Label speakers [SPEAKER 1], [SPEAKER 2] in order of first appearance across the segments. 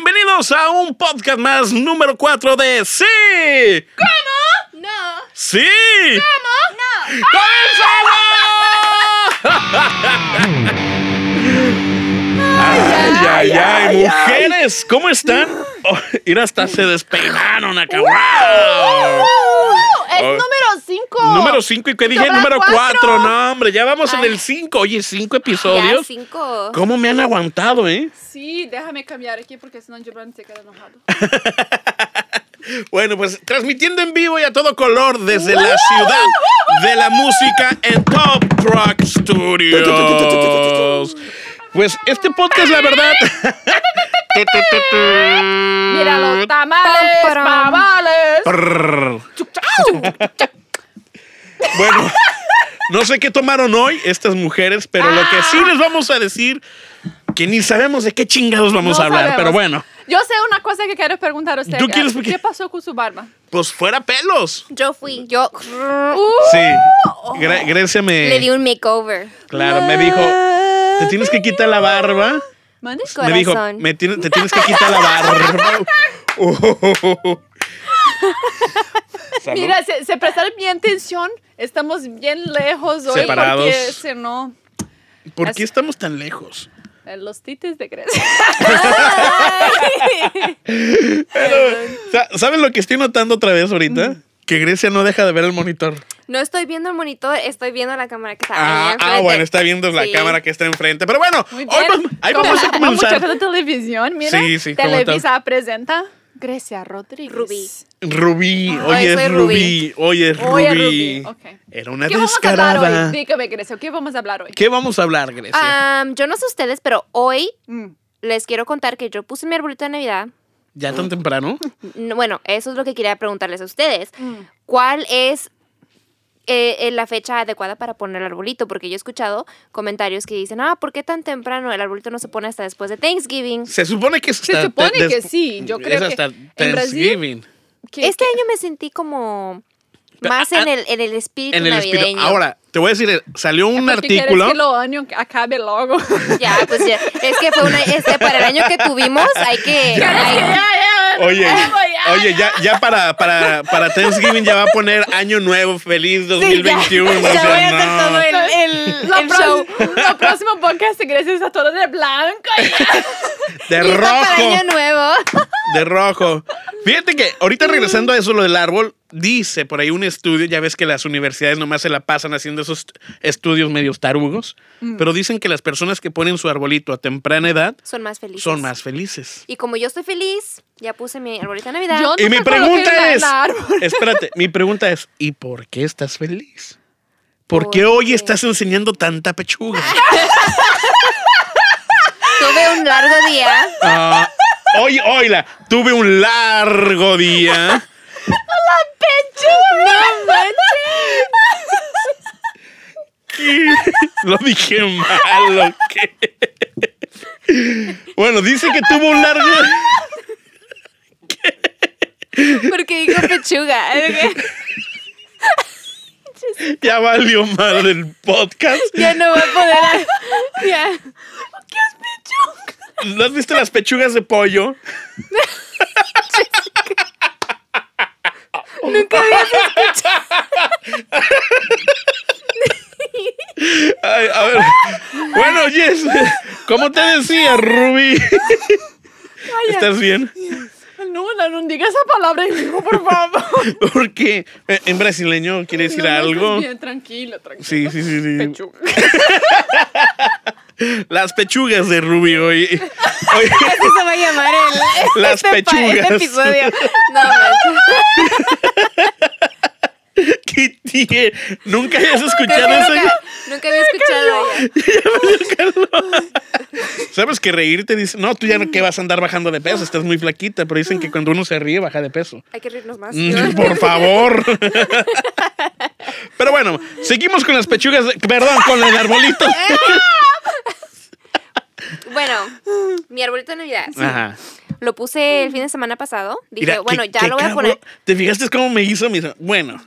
[SPEAKER 1] Bienvenidos a un podcast más número 4 de Sí.
[SPEAKER 2] ¿Cómo? No.
[SPEAKER 1] ¡Sí!
[SPEAKER 2] ¿Cómo? No.
[SPEAKER 1] ¡Comenzamos! Ay, ay, ay, mujeres, ¿cómo están? Oh, mira, hasta se despeinaron acá. ¡Wow!
[SPEAKER 2] Es
[SPEAKER 1] Oh.
[SPEAKER 2] Ah. número 5.
[SPEAKER 1] Número 5 y que dije
[SPEAKER 2] Número
[SPEAKER 1] número 4,
[SPEAKER 2] cuatro.
[SPEAKER 1] no hombre, ya vamos en
[SPEAKER 3] Ay.
[SPEAKER 1] el 5, oye, 5 episodios.
[SPEAKER 3] cinco.
[SPEAKER 1] ¿Cómo me han aguantado, eh?
[SPEAKER 2] Sí, déjame cambiar aquí porque si no Jordan se queda enojado.
[SPEAKER 1] Bueno, pues transmitiendo en vivo y a todo color desde la ciudad de la música en Top Rock Studios. Pues este podcast, la verdad.
[SPEAKER 2] Mira los
[SPEAKER 1] Mm.
[SPEAKER 2] tamales,
[SPEAKER 3] Pam, param.
[SPEAKER 2] pavales.
[SPEAKER 1] Prrr.
[SPEAKER 2] Chuc, chau.
[SPEAKER 1] Bueno, no sé qué tomaron hoy estas mujeres, pero lo que sí les vamos a decir, que ni sabemos de qué chingados vamos
[SPEAKER 2] No
[SPEAKER 1] a hablar,
[SPEAKER 2] sabemos.
[SPEAKER 1] pero bueno,
[SPEAKER 2] Yo sé una cosa que quiero preguntar a usted.
[SPEAKER 1] ¿Tú quieres por qué?
[SPEAKER 2] ¿Qué pasó con su barba?
[SPEAKER 1] pues fuera pelos.
[SPEAKER 3] Yo fui, yo
[SPEAKER 2] Uh,
[SPEAKER 1] Sí, Gre- Grecia me.
[SPEAKER 3] le di un makeover.
[SPEAKER 1] Claro, me dijo, te tienes que quitar la barba.
[SPEAKER 2] ¿mande?
[SPEAKER 1] Me dijo,
[SPEAKER 3] Corazón.
[SPEAKER 1] "Me tiene- te tienes que quitar la barba. Oh. Salud.
[SPEAKER 2] Mira, se, se prestaron bien atención. Estamos bien lejos hoy
[SPEAKER 1] Separados.
[SPEAKER 2] porque se no.
[SPEAKER 1] ¿Por qué estamos tan lejos?
[SPEAKER 2] eh, Los tites de Grecia.
[SPEAKER 1] Sa- ¿Sabes lo que estoy notando otra vez ahorita?
[SPEAKER 2] Mm.
[SPEAKER 1] Que Grecia no deja de ver el monitor.
[SPEAKER 3] No estoy viendo el monitor, estoy viendo la cámara que está
[SPEAKER 1] Ah,
[SPEAKER 3] ahí
[SPEAKER 1] ah,
[SPEAKER 3] enfrente.
[SPEAKER 1] bueno, está viendo la
[SPEAKER 3] Sí.
[SPEAKER 1] cámara que está enfrente. Pero bueno,
[SPEAKER 2] Muy
[SPEAKER 1] hoy
[SPEAKER 2] bien.
[SPEAKER 1] vamos, ahí vamos a
[SPEAKER 2] Como- Vamos
[SPEAKER 1] comenzar.
[SPEAKER 2] a televisión, mira.
[SPEAKER 1] Sí, sí, como
[SPEAKER 2] Televisa presenta Grecia Rodríguez.
[SPEAKER 3] Rubí.
[SPEAKER 1] Rubí, hoy
[SPEAKER 3] Ay,
[SPEAKER 1] es
[SPEAKER 3] soy
[SPEAKER 1] Rubí,
[SPEAKER 3] Rubí.
[SPEAKER 1] hoy es
[SPEAKER 2] Hoy es
[SPEAKER 1] Rubí.
[SPEAKER 2] Rubí, ok.
[SPEAKER 1] Era una
[SPEAKER 2] ¿Qué vamos a hablar
[SPEAKER 1] descarada.
[SPEAKER 2] hoy? Ah. Dígame, Grecia, ¿qué vamos a hablar hoy?
[SPEAKER 1] ¿Qué vamos a hablar, Grecia?
[SPEAKER 3] Am, yo no sé ustedes, pero hoy
[SPEAKER 2] Mm.
[SPEAKER 3] les quiero contar que yo puse mi arbolito de Navidad.
[SPEAKER 1] ¿Ya tan temprano?
[SPEAKER 3] No, Bueno, eso es lo que quería preguntarles a ustedes. ¿Cuál es eh, eh, la fecha adecuada para poner el arbolito? Porque yo he escuchado comentarios que dicen, ah, ¿por qué tan temprano? El arbolito no se pone hasta después de Thanksgiving.
[SPEAKER 1] Se supone que
[SPEAKER 2] Se supone que sí, yo creo
[SPEAKER 1] es
[SPEAKER 2] que
[SPEAKER 1] hasta
[SPEAKER 2] en Brasil-
[SPEAKER 1] Thanksgiving.
[SPEAKER 2] ¿Qué-
[SPEAKER 3] este
[SPEAKER 2] qué-
[SPEAKER 3] año me sentí como
[SPEAKER 1] Pero,
[SPEAKER 3] más
[SPEAKER 1] ah,
[SPEAKER 3] en el, en el espíritu
[SPEAKER 1] En el
[SPEAKER 3] navideño.
[SPEAKER 1] espíritu. Ahora, te voy a decir, salió un
[SPEAKER 2] porque quieres
[SPEAKER 1] artículo.
[SPEAKER 2] que lo año acabe luego.
[SPEAKER 3] Ya, pues ya. Es que fue una, este, para el año que tuvimos hay que... hay-
[SPEAKER 1] Ah. Oye,
[SPEAKER 2] ya.
[SPEAKER 1] oye, ya, ya para, para, para Thanksgiving ya va a poner año nuevo, feliz 2021. o sea, no.
[SPEAKER 2] el-
[SPEAKER 3] el,
[SPEAKER 2] Lo, pro- lo próximo podcast gracias a todo de blanco.
[SPEAKER 1] De
[SPEAKER 3] Listo para año
[SPEAKER 1] rojo,
[SPEAKER 3] nuevo.
[SPEAKER 1] de rojo. Fíjate que ahorita
[SPEAKER 2] Mm.
[SPEAKER 1] regresando a eso, lo del árbol, dice por ahí un estudio, ya ves que las universidades nomás se la pasan haciendo esos estudios medios tarugos,
[SPEAKER 2] Mm.
[SPEAKER 1] pero dicen que las personas que ponen su arbolito a temprana edad
[SPEAKER 3] Son más felices.
[SPEAKER 1] son más felices.
[SPEAKER 3] Y como yo estoy feliz, ya puse mi arbolito de Navidad.
[SPEAKER 2] Yo
[SPEAKER 1] Y mi
[SPEAKER 2] nunca coloqué
[SPEAKER 1] pregunta
[SPEAKER 2] la-
[SPEAKER 1] es,
[SPEAKER 2] la árbol.
[SPEAKER 1] espérate, mi pregunta es, ¿y por qué estás feliz? ¿Por
[SPEAKER 3] ¿Por
[SPEAKER 1] qué hoy
[SPEAKER 3] qué?
[SPEAKER 1] estás enseñando tanta pechuga?
[SPEAKER 3] Tuve un largo día.
[SPEAKER 1] Ah, hoy, hola, tuve un largo día. ¿Qué? Lo dije mal, ¿o qué? Bueno, dice que tuvo un largo...
[SPEAKER 3] Porque digo pechuga.
[SPEAKER 1] Ya valió mal el podcast.
[SPEAKER 3] Ya no voy a poder. Ya.
[SPEAKER 1] ¿No has visto las pechugas de pollo? Oh,
[SPEAKER 3] Nunca había
[SPEAKER 1] Ay, a ver. Bueno, Jess, ¿cómo te decía, Ruby? ¿Estás bien?
[SPEAKER 2] No, no, no diga esa palabra en vivo, por favor.
[SPEAKER 1] Porque eh, en brasileño quiere decir
[SPEAKER 2] No, no,
[SPEAKER 1] algo.
[SPEAKER 2] estás Bien, tranquilo, tranquilo.
[SPEAKER 1] Sí, sí, sí, sí.
[SPEAKER 2] Pechuga.
[SPEAKER 1] Las pechugas de Ruby hoy. Hoy-
[SPEAKER 3] Así se va a llamar el,
[SPEAKER 1] Las
[SPEAKER 3] Este pa-
[SPEAKER 1] pechugas.
[SPEAKER 3] Este episodio. No, manches.
[SPEAKER 1] Kitty, nunca hayas
[SPEAKER 3] Creo
[SPEAKER 1] escuchado
[SPEAKER 3] que
[SPEAKER 1] eso.
[SPEAKER 3] Nunca, nunca había escuchado. ya.
[SPEAKER 1] Sabes que reírte dice, no, tú ya no que vas a andar bajando de peso, estás muy flaquita, pero dicen que cuando uno se ríe baja de peso.
[SPEAKER 3] Hay que reírnos más.
[SPEAKER 1] Mm, Por favor. Pero bueno, seguimos con las pechugas, de- perdón, con el arbolito.
[SPEAKER 3] Bueno, mi arbolito de Navidad.
[SPEAKER 1] Ajá.
[SPEAKER 3] Lo puse el fin de semana pasado. Dije,
[SPEAKER 1] Ah. Mira,
[SPEAKER 3] bueno,
[SPEAKER 1] qué-
[SPEAKER 3] ya
[SPEAKER 1] qué
[SPEAKER 3] lo voy a
[SPEAKER 1] cabrón.
[SPEAKER 3] poner.
[SPEAKER 1] ¿Te fijaste cómo me hizo? Me hizo, bueno.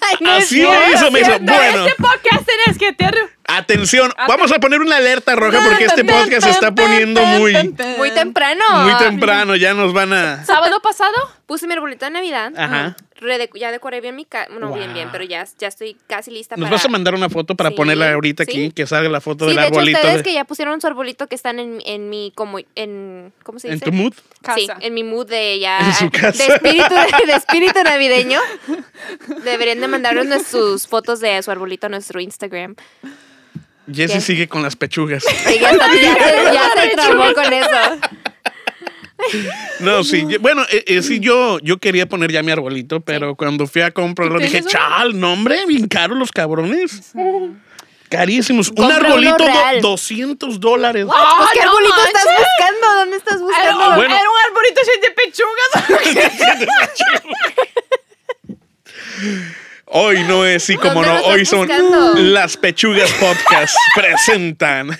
[SPEAKER 3] Ay,
[SPEAKER 1] Así lo
[SPEAKER 2] Ahora
[SPEAKER 1] hizo, me hizo,
[SPEAKER 2] siento
[SPEAKER 1] bueno.
[SPEAKER 2] Este podcast tenés que tener
[SPEAKER 1] Atención, vamos a poner una alerta roja porque este podcast se está poniendo muy,
[SPEAKER 3] Muy temprano.
[SPEAKER 1] muy temprano. Ya nos van a.
[SPEAKER 2] ¿Sábado pasado?
[SPEAKER 3] Puse mi arbolito de Navidad.
[SPEAKER 1] Ajá.
[SPEAKER 3] Rede- ya decoré bien mi casa. No, bien,
[SPEAKER 1] Wow.
[SPEAKER 3] bien, pero ya, ya estoy casi lista
[SPEAKER 1] Nos
[SPEAKER 3] para.
[SPEAKER 1] vas a mandar una foto para
[SPEAKER 3] Sí,
[SPEAKER 1] ponerla ahorita
[SPEAKER 3] sí.
[SPEAKER 1] aquí, que salga la foto
[SPEAKER 3] Sí,
[SPEAKER 1] del
[SPEAKER 3] de hecho,
[SPEAKER 1] arbolito
[SPEAKER 3] ustedes
[SPEAKER 1] de-
[SPEAKER 3] que ya pusieron su arbolito que están en, en mi. Como, en, ¿Cómo se
[SPEAKER 1] en
[SPEAKER 3] dice?
[SPEAKER 1] tu mood.
[SPEAKER 3] Sí,
[SPEAKER 2] Casa.
[SPEAKER 3] en mi mood de ya.
[SPEAKER 1] En su casa.
[SPEAKER 3] De espíritu, de, espíritu navideño. Deberían de mandarnos nues- sus fotos de su arbolito a nuestro Instagram.
[SPEAKER 1] Jesse
[SPEAKER 3] ¿Qué?
[SPEAKER 1] sigue con las pechugas.
[SPEAKER 3] Que ya, está- ya se-
[SPEAKER 1] Ah,
[SPEAKER 3] ya se traumó con eso.
[SPEAKER 1] No, sí. yo- Bueno, eh, eh, sí, yo, yo quería poner ya mi arbolito, pero cuando fui a comprarlo
[SPEAKER 2] ¿Tú
[SPEAKER 1] dije,
[SPEAKER 2] tienes uno?
[SPEAKER 1] chal, no, hombre, bien caros los cabrones. Carísimos. Un
[SPEAKER 3] Compra uno
[SPEAKER 1] arbolito, do-
[SPEAKER 3] real.
[SPEAKER 1] 200 dólares.
[SPEAKER 2] Ah,
[SPEAKER 3] Pues, ¿Qué
[SPEAKER 2] no
[SPEAKER 3] arbolito estás
[SPEAKER 2] manches.
[SPEAKER 3] buscando? ¿Dónde estás
[SPEAKER 2] Era,
[SPEAKER 3] buscando?
[SPEAKER 1] Ah, bueno.
[SPEAKER 2] era un arbolito lleno de pechugas.
[SPEAKER 1] Hoy no es, y como
[SPEAKER 3] ¿Dónde
[SPEAKER 1] no,
[SPEAKER 3] lo
[SPEAKER 1] hoy
[SPEAKER 3] estás
[SPEAKER 1] son
[SPEAKER 3] buscando?
[SPEAKER 1] las pechugas podcast presentan.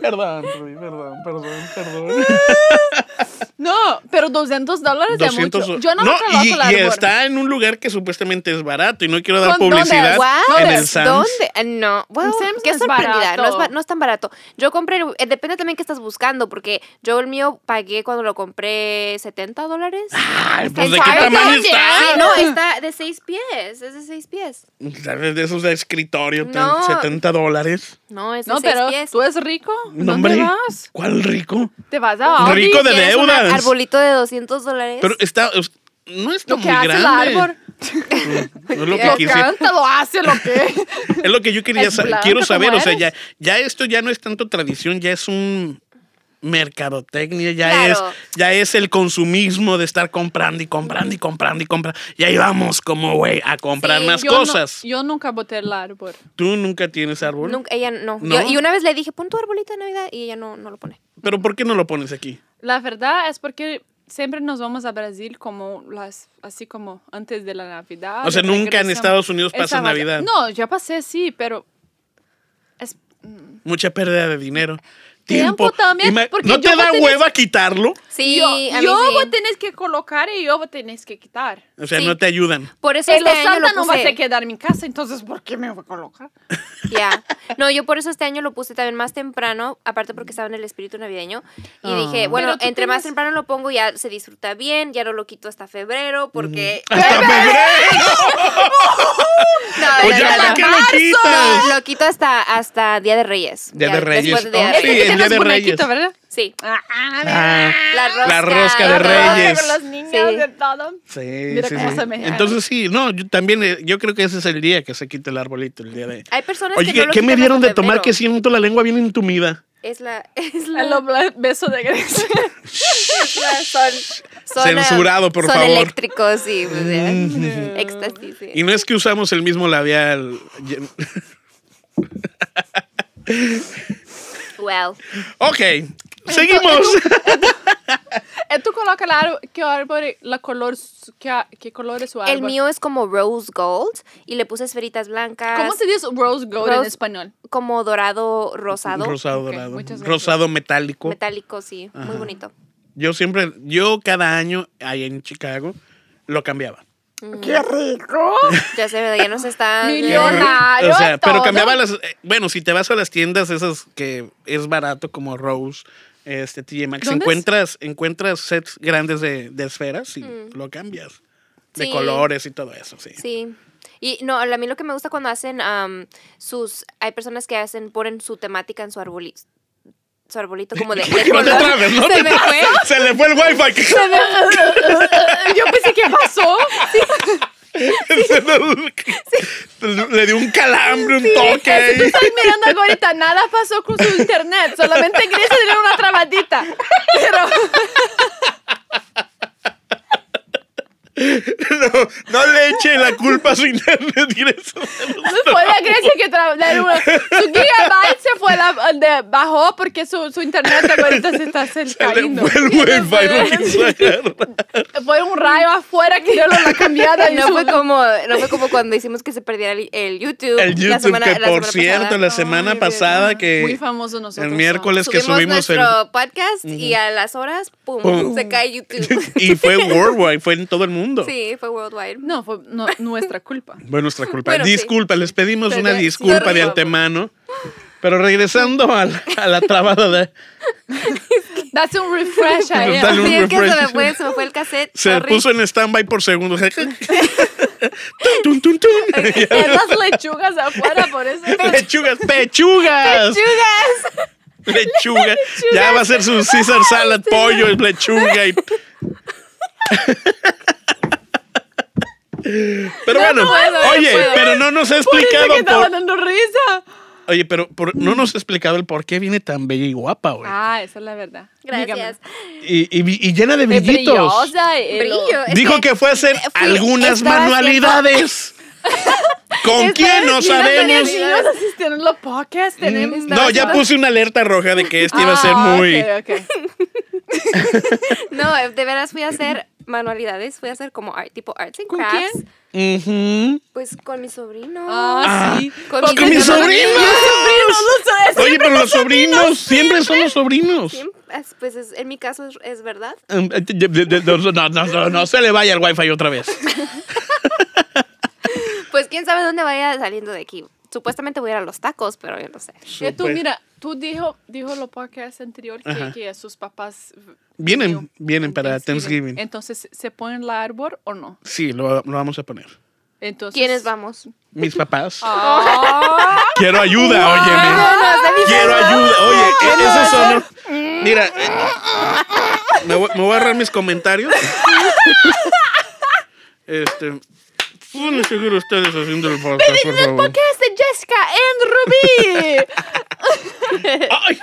[SPEAKER 1] perdón, Rui, perdón, perdón, perdón.
[SPEAKER 2] no, pero 200 dólares de
[SPEAKER 1] 200
[SPEAKER 2] mucho. Yo no,
[SPEAKER 1] No,
[SPEAKER 2] me trabajo
[SPEAKER 1] y,
[SPEAKER 2] el árbol.
[SPEAKER 1] y está en un lugar que supuestamente es barato y no quiero dar
[SPEAKER 2] ¿Con dónde?
[SPEAKER 1] publicidad
[SPEAKER 3] Wow,
[SPEAKER 1] en
[SPEAKER 2] ¿Dónde?
[SPEAKER 1] el Sam's.
[SPEAKER 3] ¿Dónde? Ah, No, wow,
[SPEAKER 2] En Sam's
[SPEAKER 3] qué
[SPEAKER 2] no es
[SPEAKER 3] sorprendida. No es,
[SPEAKER 2] barato.
[SPEAKER 3] ba- no es tan barato. Yo compré, eh, depende también qué estás buscando, porque yo el mío pagué cuando lo compré 70 dólares.
[SPEAKER 1] Ay, pues de
[SPEAKER 3] ¿En
[SPEAKER 1] qué
[SPEAKER 3] Target?
[SPEAKER 1] tamaño
[SPEAKER 3] Sí,
[SPEAKER 1] está.
[SPEAKER 3] no, está de 6 pies, es de 6 pies.
[SPEAKER 1] Tal vez de esos de escritorio, tan-
[SPEAKER 3] No.
[SPEAKER 1] 70 dólares.
[SPEAKER 3] No, es de
[SPEAKER 2] No,
[SPEAKER 3] 6
[SPEAKER 2] pero
[SPEAKER 3] pies.
[SPEAKER 2] tú eres rico.
[SPEAKER 1] No,
[SPEAKER 2] ¿Dónde
[SPEAKER 1] hombre.
[SPEAKER 2] vas?
[SPEAKER 1] ¿Cuál rico?
[SPEAKER 2] Te vas a Audi.
[SPEAKER 1] Rico de
[SPEAKER 3] ¿Quieres un
[SPEAKER 1] deudas.
[SPEAKER 3] arbolito de 200 dólares.
[SPEAKER 1] Pero ¿eh? está. es- No está
[SPEAKER 2] Lo
[SPEAKER 1] muy
[SPEAKER 2] que hace el
[SPEAKER 1] grande.
[SPEAKER 2] árbol.
[SPEAKER 1] No es lo que
[SPEAKER 2] Lo
[SPEAKER 1] quise.
[SPEAKER 2] canta, lo hace, lo que.
[SPEAKER 1] Es lo que yo quería
[SPEAKER 2] Es
[SPEAKER 1] sa-
[SPEAKER 2] blanca
[SPEAKER 1] quiero
[SPEAKER 2] como
[SPEAKER 1] saber. O sea, ya,
[SPEAKER 2] eres.
[SPEAKER 1] ya esto ya no es tanto tradición, ya es un mercadotecnia, ya
[SPEAKER 3] Claro.
[SPEAKER 1] es, ya es el consumismo de estar comprando y comprando y comprando y comprando. Y ahí vamos como güey a comprar
[SPEAKER 3] Sí,
[SPEAKER 1] más
[SPEAKER 2] Yo no-
[SPEAKER 1] cosas.
[SPEAKER 2] yo nunca boté el árbol.
[SPEAKER 1] Tú nunca tienes árbol.
[SPEAKER 3] Nunca- ella no.
[SPEAKER 1] ¿No?
[SPEAKER 3] Yo- y una vez le dije, pon tu arbolito de Navidad y ella no, no lo pone.
[SPEAKER 1] Pero ¿por qué no lo pones aquí?
[SPEAKER 2] La verdad es porque siempre nos vamos a Brasil como las así como antes de la Navidad.
[SPEAKER 1] O sea, nunca en
[SPEAKER 2] regresamos.
[SPEAKER 1] Estados Unidos
[SPEAKER 2] Esa
[SPEAKER 1] pasa
[SPEAKER 2] vaya-
[SPEAKER 1] Navidad.
[SPEAKER 2] No, ya pasé sí, pero es-
[SPEAKER 1] Mucha pérdida de dinero.
[SPEAKER 2] Tiempo también,
[SPEAKER 1] Ima-
[SPEAKER 2] porque
[SPEAKER 1] ¿No te
[SPEAKER 2] yo
[SPEAKER 1] da
[SPEAKER 2] tenía-
[SPEAKER 1] hueva quitarlo?
[SPEAKER 3] Sí,
[SPEAKER 2] yo,
[SPEAKER 3] a mí
[SPEAKER 2] yo
[SPEAKER 3] sí.
[SPEAKER 2] vos tenés que colocar y yo vos tenés que quitar.
[SPEAKER 1] O sea,
[SPEAKER 3] Sí.
[SPEAKER 1] no te ayudan.
[SPEAKER 3] Por eso
[SPEAKER 2] Pero
[SPEAKER 3] este año
[SPEAKER 2] Santa
[SPEAKER 3] lo
[SPEAKER 2] no va
[SPEAKER 3] puse.
[SPEAKER 2] a quedar en mi casa, entonces ¿por qué me voy a colocar?
[SPEAKER 3] Ya. No, yo por eso este año lo puse también más temprano, aparte porque estaba en el espíritu navideño. Y
[SPEAKER 1] Ah.
[SPEAKER 3] dije, bueno,
[SPEAKER 2] Pero tú
[SPEAKER 3] entre más
[SPEAKER 2] tienes-
[SPEAKER 3] temprano lo pongo ya se disfruta bien, ya no lo quito hasta
[SPEAKER 1] Mm.
[SPEAKER 3] febrero porque...
[SPEAKER 1] ¡Hasta febrero!
[SPEAKER 3] No, no,
[SPEAKER 1] Oye,
[SPEAKER 3] no,
[SPEAKER 1] Pues ¿para
[SPEAKER 3] no.
[SPEAKER 1] qué lo quitas?
[SPEAKER 3] No, lo quito hasta, hasta Día de Reyes.
[SPEAKER 1] Día de Reyes.
[SPEAKER 3] después de Día de
[SPEAKER 1] Oh, sí, el
[SPEAKER 3] Reyes.
[SPEAKER 1] Día
[SPEAKER 2] tienes
[SPEAKER 1] de
[SPEAKER 2] muñequito,
[SPEAKER 1] Reyes.
[SPEAKER 2] ¿verdad?
[SPEAKER 3] Sí.
[SPEAKER 2] Ah, ah,
[SPEAKER 1] Ah,
[SPEAKER 3] La rosca.
[SPEAKER 1] La rosca de
[SPEAKER 3] La rosca.
[SPEAKER 1] Reyes.
[SPEAKER 2] Con los niños
[SPEAKER 3] Sí.
[SPEAKER 2] de todo.
[SPEAKER 1] Sí,
[SPEAKER 2] Mira
[SPEAKER 1] sí,
[SPEAKER 2] cómo
[SPEAKER 1] sí.
[SPEAKER 2] se me-
[SPEAKER 1] Entonces sí, no, yo también eh, yo creo que ese es el día que se quita el arbolito, el día de.
[SPEAKER 3] Hay personas
[SPEAKER 1] Oye,
[SPEAKER 3] que no
[SPEAKER 1] ¿qué,
[SPEAKER 3] lo
[SPEAKER 1] qué me
[SPEAKER 3] quitan
[SPEAKER 1] dieron
[SPEAKER 3] hasta
[SPEAKER 1] de tomar
[SPEAKER 3] febrero.
[SPEAKER 1] que siento la lengua bien entumida?
[SPEAKER 3] Es la... Es la...
[SPEAKER 2] El beso de Grecia.
[SPEAKER 3] es la- son, son,
[SPEAKER 1] Censurado,
[SPEAKER 3] ah,
[SPEAKER 1] por
[SPEAKER 3] son
[SPEAKER 1] favor. Mm.
[SPEAKER 3] eléctricos, sí. pues, ya. Éxtasis, sí.
[SPEAKER 1] Y no es que usamos el mismo labial.
[SPEAKER 3] Wow.
[SPEAKER 1] ok, seguimos.
[SPEAKER 2] ¿Y Eh, tú colocas el árbol, qué árbol, la color, qué, qué color es su árbol?
[SPEAKER 3] El mío es como rose gold y le puse esferitas blancas.
[SPEAKER 2] ¿Cómo se dice rose gold en
[SPEAKER 3] Rose-
[SPEAKER 2] español?
[SPEAKER 3] como dorado rosado.
[SPEAKER 1] Rosado
[SPEAKER 2] Ok,
[SPEAKER 1] dorado.
[SPEAKER 2] muchas gracias.
[SPEAKER 1] Rosado metálico.
[SPEAKER 3] Metálico, sí. Muy
[SPEAKER 1] Ajá.
[SPEAKER 3] bonito.
[SPEAKER 1] yo siempre, yo cada año ahí en Chicago lo cambiaba.
[SPEAKER 2] ¡Qué rico!
[SPEAKER 3] Ya se ve, ya nos está.
[SPEAKER 2] Millona. Claro,
[SPEAKER 1] o sea, pero
[SPEAKER 2] todo.
[SPEAKER 1] cambiaba las. eh, Bueno, si te vas a las tiendas esas que es barato, como Rose, este TJ Maxx,
[SPEAKER 2] ¿Dónde es?
[SPEAKER 1] encuentras, encuentras sets grandes de, de esferas y lo cambias. De
[SPEAKER 3] Sí.
[SPEAKER 1] colores y todo eso, sí.
[SPEAKER 3] Sí. Y no, a mí lo que me gusta cuando hacen am, sus. Hay personas que hacen, ponen su temática en su arbolito. Su arbolito como de. de
[SPEAKER 1] No te
[SPEAKER 3] color.
[SPEAKER 1] trabes, no
[SPEAKER 3] Se
[SPEAKER 1] te
[SPEAKER 3] me
[SPEAKER 1] trabes.
[SPEAKER 3] fue.
[SPEAKER 1] Se le fue el wifi.
[SPEAKER 2] Yo pensé que pasó.
[SPEAKER 1] Se le- Le dio un calambre, un toque.
[SPEAKER 2] Si tú
[SPEAKER 1] ahí.
[SPEAKER 2] estás mirando algo ahorita, nada pasó con su internet. Solamente Grecia tiene una trabadita. Pero
[SPEAKER 1] No, no le eche la culpa a su internet. directo.
[SPEAKER 2] fue la Grecia que trabajó. Su gigabyte se fue la, de- bajó porque su, su internet ahorita se está se
[SPEAKER 1] Se le
[SPEAKER 2] cayendo.
[SPEAKER 1] fue el wifi. lo quiso agarrar.
[SPEAKER 2] Fue un rayo afuera que dio la cambiada. y
[SPEAKER 3] No
[SPEAKER 2] su-
[SPEAKER 3] fue, como, no fue como cuando hicimos que se perdiera el, el YouTube.
[SPEAKER 1] El YouTube,
[SPEAKER 3] la semana-
[SPEAKER 1] que
[SPEAKER 3] la
[SPEAKER 1] por
[SPEAKER 3] semana
[SPEAKER 1] cierto,
[SPEAKER 3] pasada.
[SPEAKER 1] la semana
[SPEAKER 2] Ay,
[SPEAKER 1] pasada
[SPEAKER 2] verdad.
[SPEAKER 1] que.
[SPEAKER 2] Muy famoso nosotros,
[SPEAKER 1] Eh, El
[SPEAKER 2] ¿no?
[SPEAKER 1] miércoles que
[SPEAKER 3] subimos
[SPEAKER 1] subimos el.
[SPEAKER 3] nuestro podcast y a las horas, pum,
[SPEAKER 1] Pum.
[SPEAKER 3] se cae YouTube.
[SPEAKER 1] Y fue worldwide, fue en todo el mundo.
[SPEAKER 3] Sí, fue worldwide.
[SPEAKER 2] No, fue no- nuestra culpa.
[SPEAKER 1] Fue nuestra culpa.
[SPEAKER 3] Bueno, sí.
[SPEAKER 1] disculpa, les pedimos
[SPEAKER 3] Te-
[SPEAKER 1] una
[SPEAKER 3] te-
[SPEAKER 1] disculpa
[SPEAKER 3] te
[SPEAKER 1] de
[SPEAKER 3] digo.
[SPEAKER 1] antemano. Pero regresando a la, a la trabada de...
[SPEAKER 2] That's un refresh a ella.
[SPEAKER 1] Dale un
[SPEAKER 3] Sí, es que se me,
[SPEAKER 1] refresh.
[SPEAKER 3] fue, se me fue el cassette.
[SPEAKER 1] Se
[SPEAKER 3] Sorry.
[SPEAKER 1] puso en stand-by por segundos. Tun, tun, tun, tun.
[SPEAKER 2] Esas lechugas afuera, por eso.
[SPEAKER 1] Lechugas, pechugas,
[SPEAKER 3] ¡Lechugas!
[SPEAKER 1] lechuga. Ya va a ser su Caesar salad, pollo, y lechuga y. Pero bueno,
[SPEAKER 2] puedo, no
[SPEAKER 1] oye,
[SPEAKER 2] puedo.
[SPEAKER 1] pero no nos ha
[SPEAKER 2] Por eso
[SPEAKER 1] explicado
[SPEAKER 2] que estaba
[SPEAKER 1] por,
[SPEAKER 2] dando risa.
[SPEAKER 1] Oye, pero por- no nos ha explicado el por qué viene tan bella y guapa, güey.
[SPEAKER 2] Ah, esa es la verdad.
[SPEAKER 3] Gracias.
[SPEAKER 1] Y, y- y llena de
[SPEAKER 2] Dígame. Es
[SPEAKER 1] brillitos.
[SPEAKER 2] brillosa, eh,
[SPEAKER 3] Brillo. Es
[SPEAKER 1] Dijo que fue a hacer
[SPEAKER 3] fui-
[SPEAKER 1] algunas
[SPEAKER 3] estaba haciendo-
[SPEAKER 1] manualidades. ¿Con quién no
[SPEAKER 2] Y no
[SPEAKER 1] sabemos? Mm,
[SPEAKER 2] tenemos- y no asisten en los podcasts. tenemos-
[SPEAKER 1] No, ya puse una alerta roja de que este iba a ser
[SPEAKER 2] Ah,
[SPEAKER 1] muy.
[SPEAKER 2] ok, ok.
[SPEAKER 3] No, de veras fui a hacer manualidades, fui a hacer como art, tipo arts and
[SPEAKER 2] ¿Con
[SPEAKER 3] crafts.
[SPEAKER 2] quién?
[SPEAKER 1] Ujú.
[SPEAKER 3] Pues con mi sobrino.
[SPEAKER 2] Ah, sí.
[SPEAKER 3] Con
[SPEAKER 1] ¡Ah,
[SPEAKER 3] mis
[SPEAKER 1] ¡Con mis
[SPEAKER 3] sobrinos.
[SPEAKER 1] sobrinos!
[SPEAKER 2] No, no sé.
[SPEAKER 1] Oye, pero los sobrinos siempre son los sobrinos.
[SPEAKER 3] Bien, as- Pues es- en mi caso es, es verdad.
[SPEAKER 1] Um, eh, de- de- de- No, no, no, no, no se le vaya el wifi otra vez.
[SPEAKER 3] Pues quién sabe dónde vaya saliendo de aquí. Supuestamente voy a ir a los tacos, pero yo no sé.
[SPEAKER 2] Que tú, mira, tú dijo, dijo los podcasts anterior que,
[SPEAKER 1] Ajá.
[SPEAKER 2] que sus papás eh,
[SPEAKER 1] Vienen, vienen para Thanksgiving.
[SPEAKER 2] Entonces, ¿se ponen el árbol o no?
[SPEAKER 1] Sí, lo, lo vamos a poner.
[SPEAKER 2] Entonces,
[SPEAKER 3] ¿Quiénes vamos?
[SPEAKER 1] Mis papás.
[SPEAKER 2] Ah,
[SPEAKER 1] Quiero ayuda, óyeme. Quiero ayuda. Oye,
[SPEAKER 2] Ah.
[SPEAKER 1] eh, esos son. los- Mira, eh, me voy, me voy a agarrar mis comentarios. Este. Pueden seguir ustedes haciendo el podcast, Ah, por favor.
[SPEAKER 3] es de Jessica
[SPEAKER 2] ¡Rubí!
[SPEAKER 1] ¡Ay!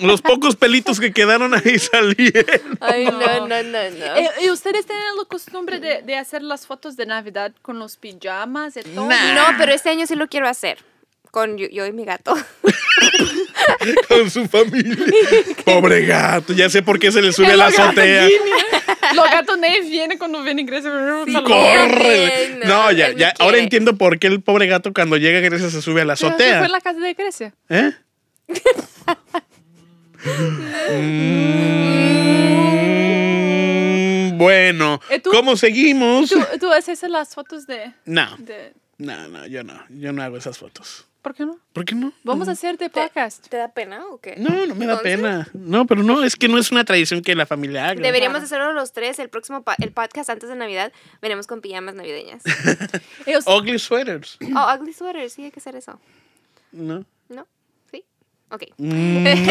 [SPEAKER 1] Los pocos pelitos que quedaron ahí salieron.
[SPEAKER 3] Ay, no, no, no, no.
[SPEAKER 2] Eh, ¿Y ustedes tienen la costumbre de, de hacer las fotos de Navidad con los pijamas y todo?
[SPEAKER 1] Nah.
[SPEAKER 3] No, pero este año sí lo quiero hacer. Con yo, yo y mi gato.
[SPEAKER 1] Con su familia. Pobre gato, ya sé por qué se le sube
[SPEAKER 2] Es
[SPEAKER 1] la
[SPEAKER 2] lo ¿eh? que
[SPEAKER 1] azotea.
[SPEAKER 2] hacen aquí, mira. Los gatos ne vienen cuando vienen gracias.
[SPEAKER 1] Corre.
[SPEAKER 3] no,
[SPEAKER 1] No, ya, ya.
[SPEAKER 3] él no quiere.
[SPEAKER 1] Ahora entiendo por qué el pobre gato cuando llega a Grecia se sube a la
[SPEAKER 2] Fue
[SPEAKER 1] azotea.
[SPEAKER 2] en la casa de Grecia.
[SPEAKER 1] ¿Eh? Mm, bueno,
[SPEAKER 2] ¿Eh, tú?
[SPEAKER 1] ¿cómo seguimos?
[SPEAKER 2] ¿Tú, tú haces las fotos de,
[SPEAKER 1] No,
[SPEAKER 2] de-
[SPEAKER 1] no, no, yo no. Yo no hago esas fotos.
[SPEAKER 2] ¿Por qué no?
[SPEAKER 1] ¿Por qué no?
[SPEAKER 2] Vamos a hacer de podcast.
[SPEAKER 3] ¿Te da pena o qué?
[SPEAKER 1] No, no me da
[SPEAKER 3] Entonces,
[SPEAKER 1] pena. No, pero no, es que no es una tradición que la familia haga.
[SPEAKER 3] Deberíamos hacerlo los tres. El próximo pa- el podcast antes de Navidad veremos con pijamas navideñas.
[SPEAKER 2] Ellos-
[SPEAKER 1] Ugly sweaters,
[SPEAKER 3] Oh, ugly sweater, sí hay que hacer eso.
[SPEAKER 1] ¿no?
[SPEAKER 3] ¿No? ¿Sí? Ok.
[SPEAKER 1] Mm.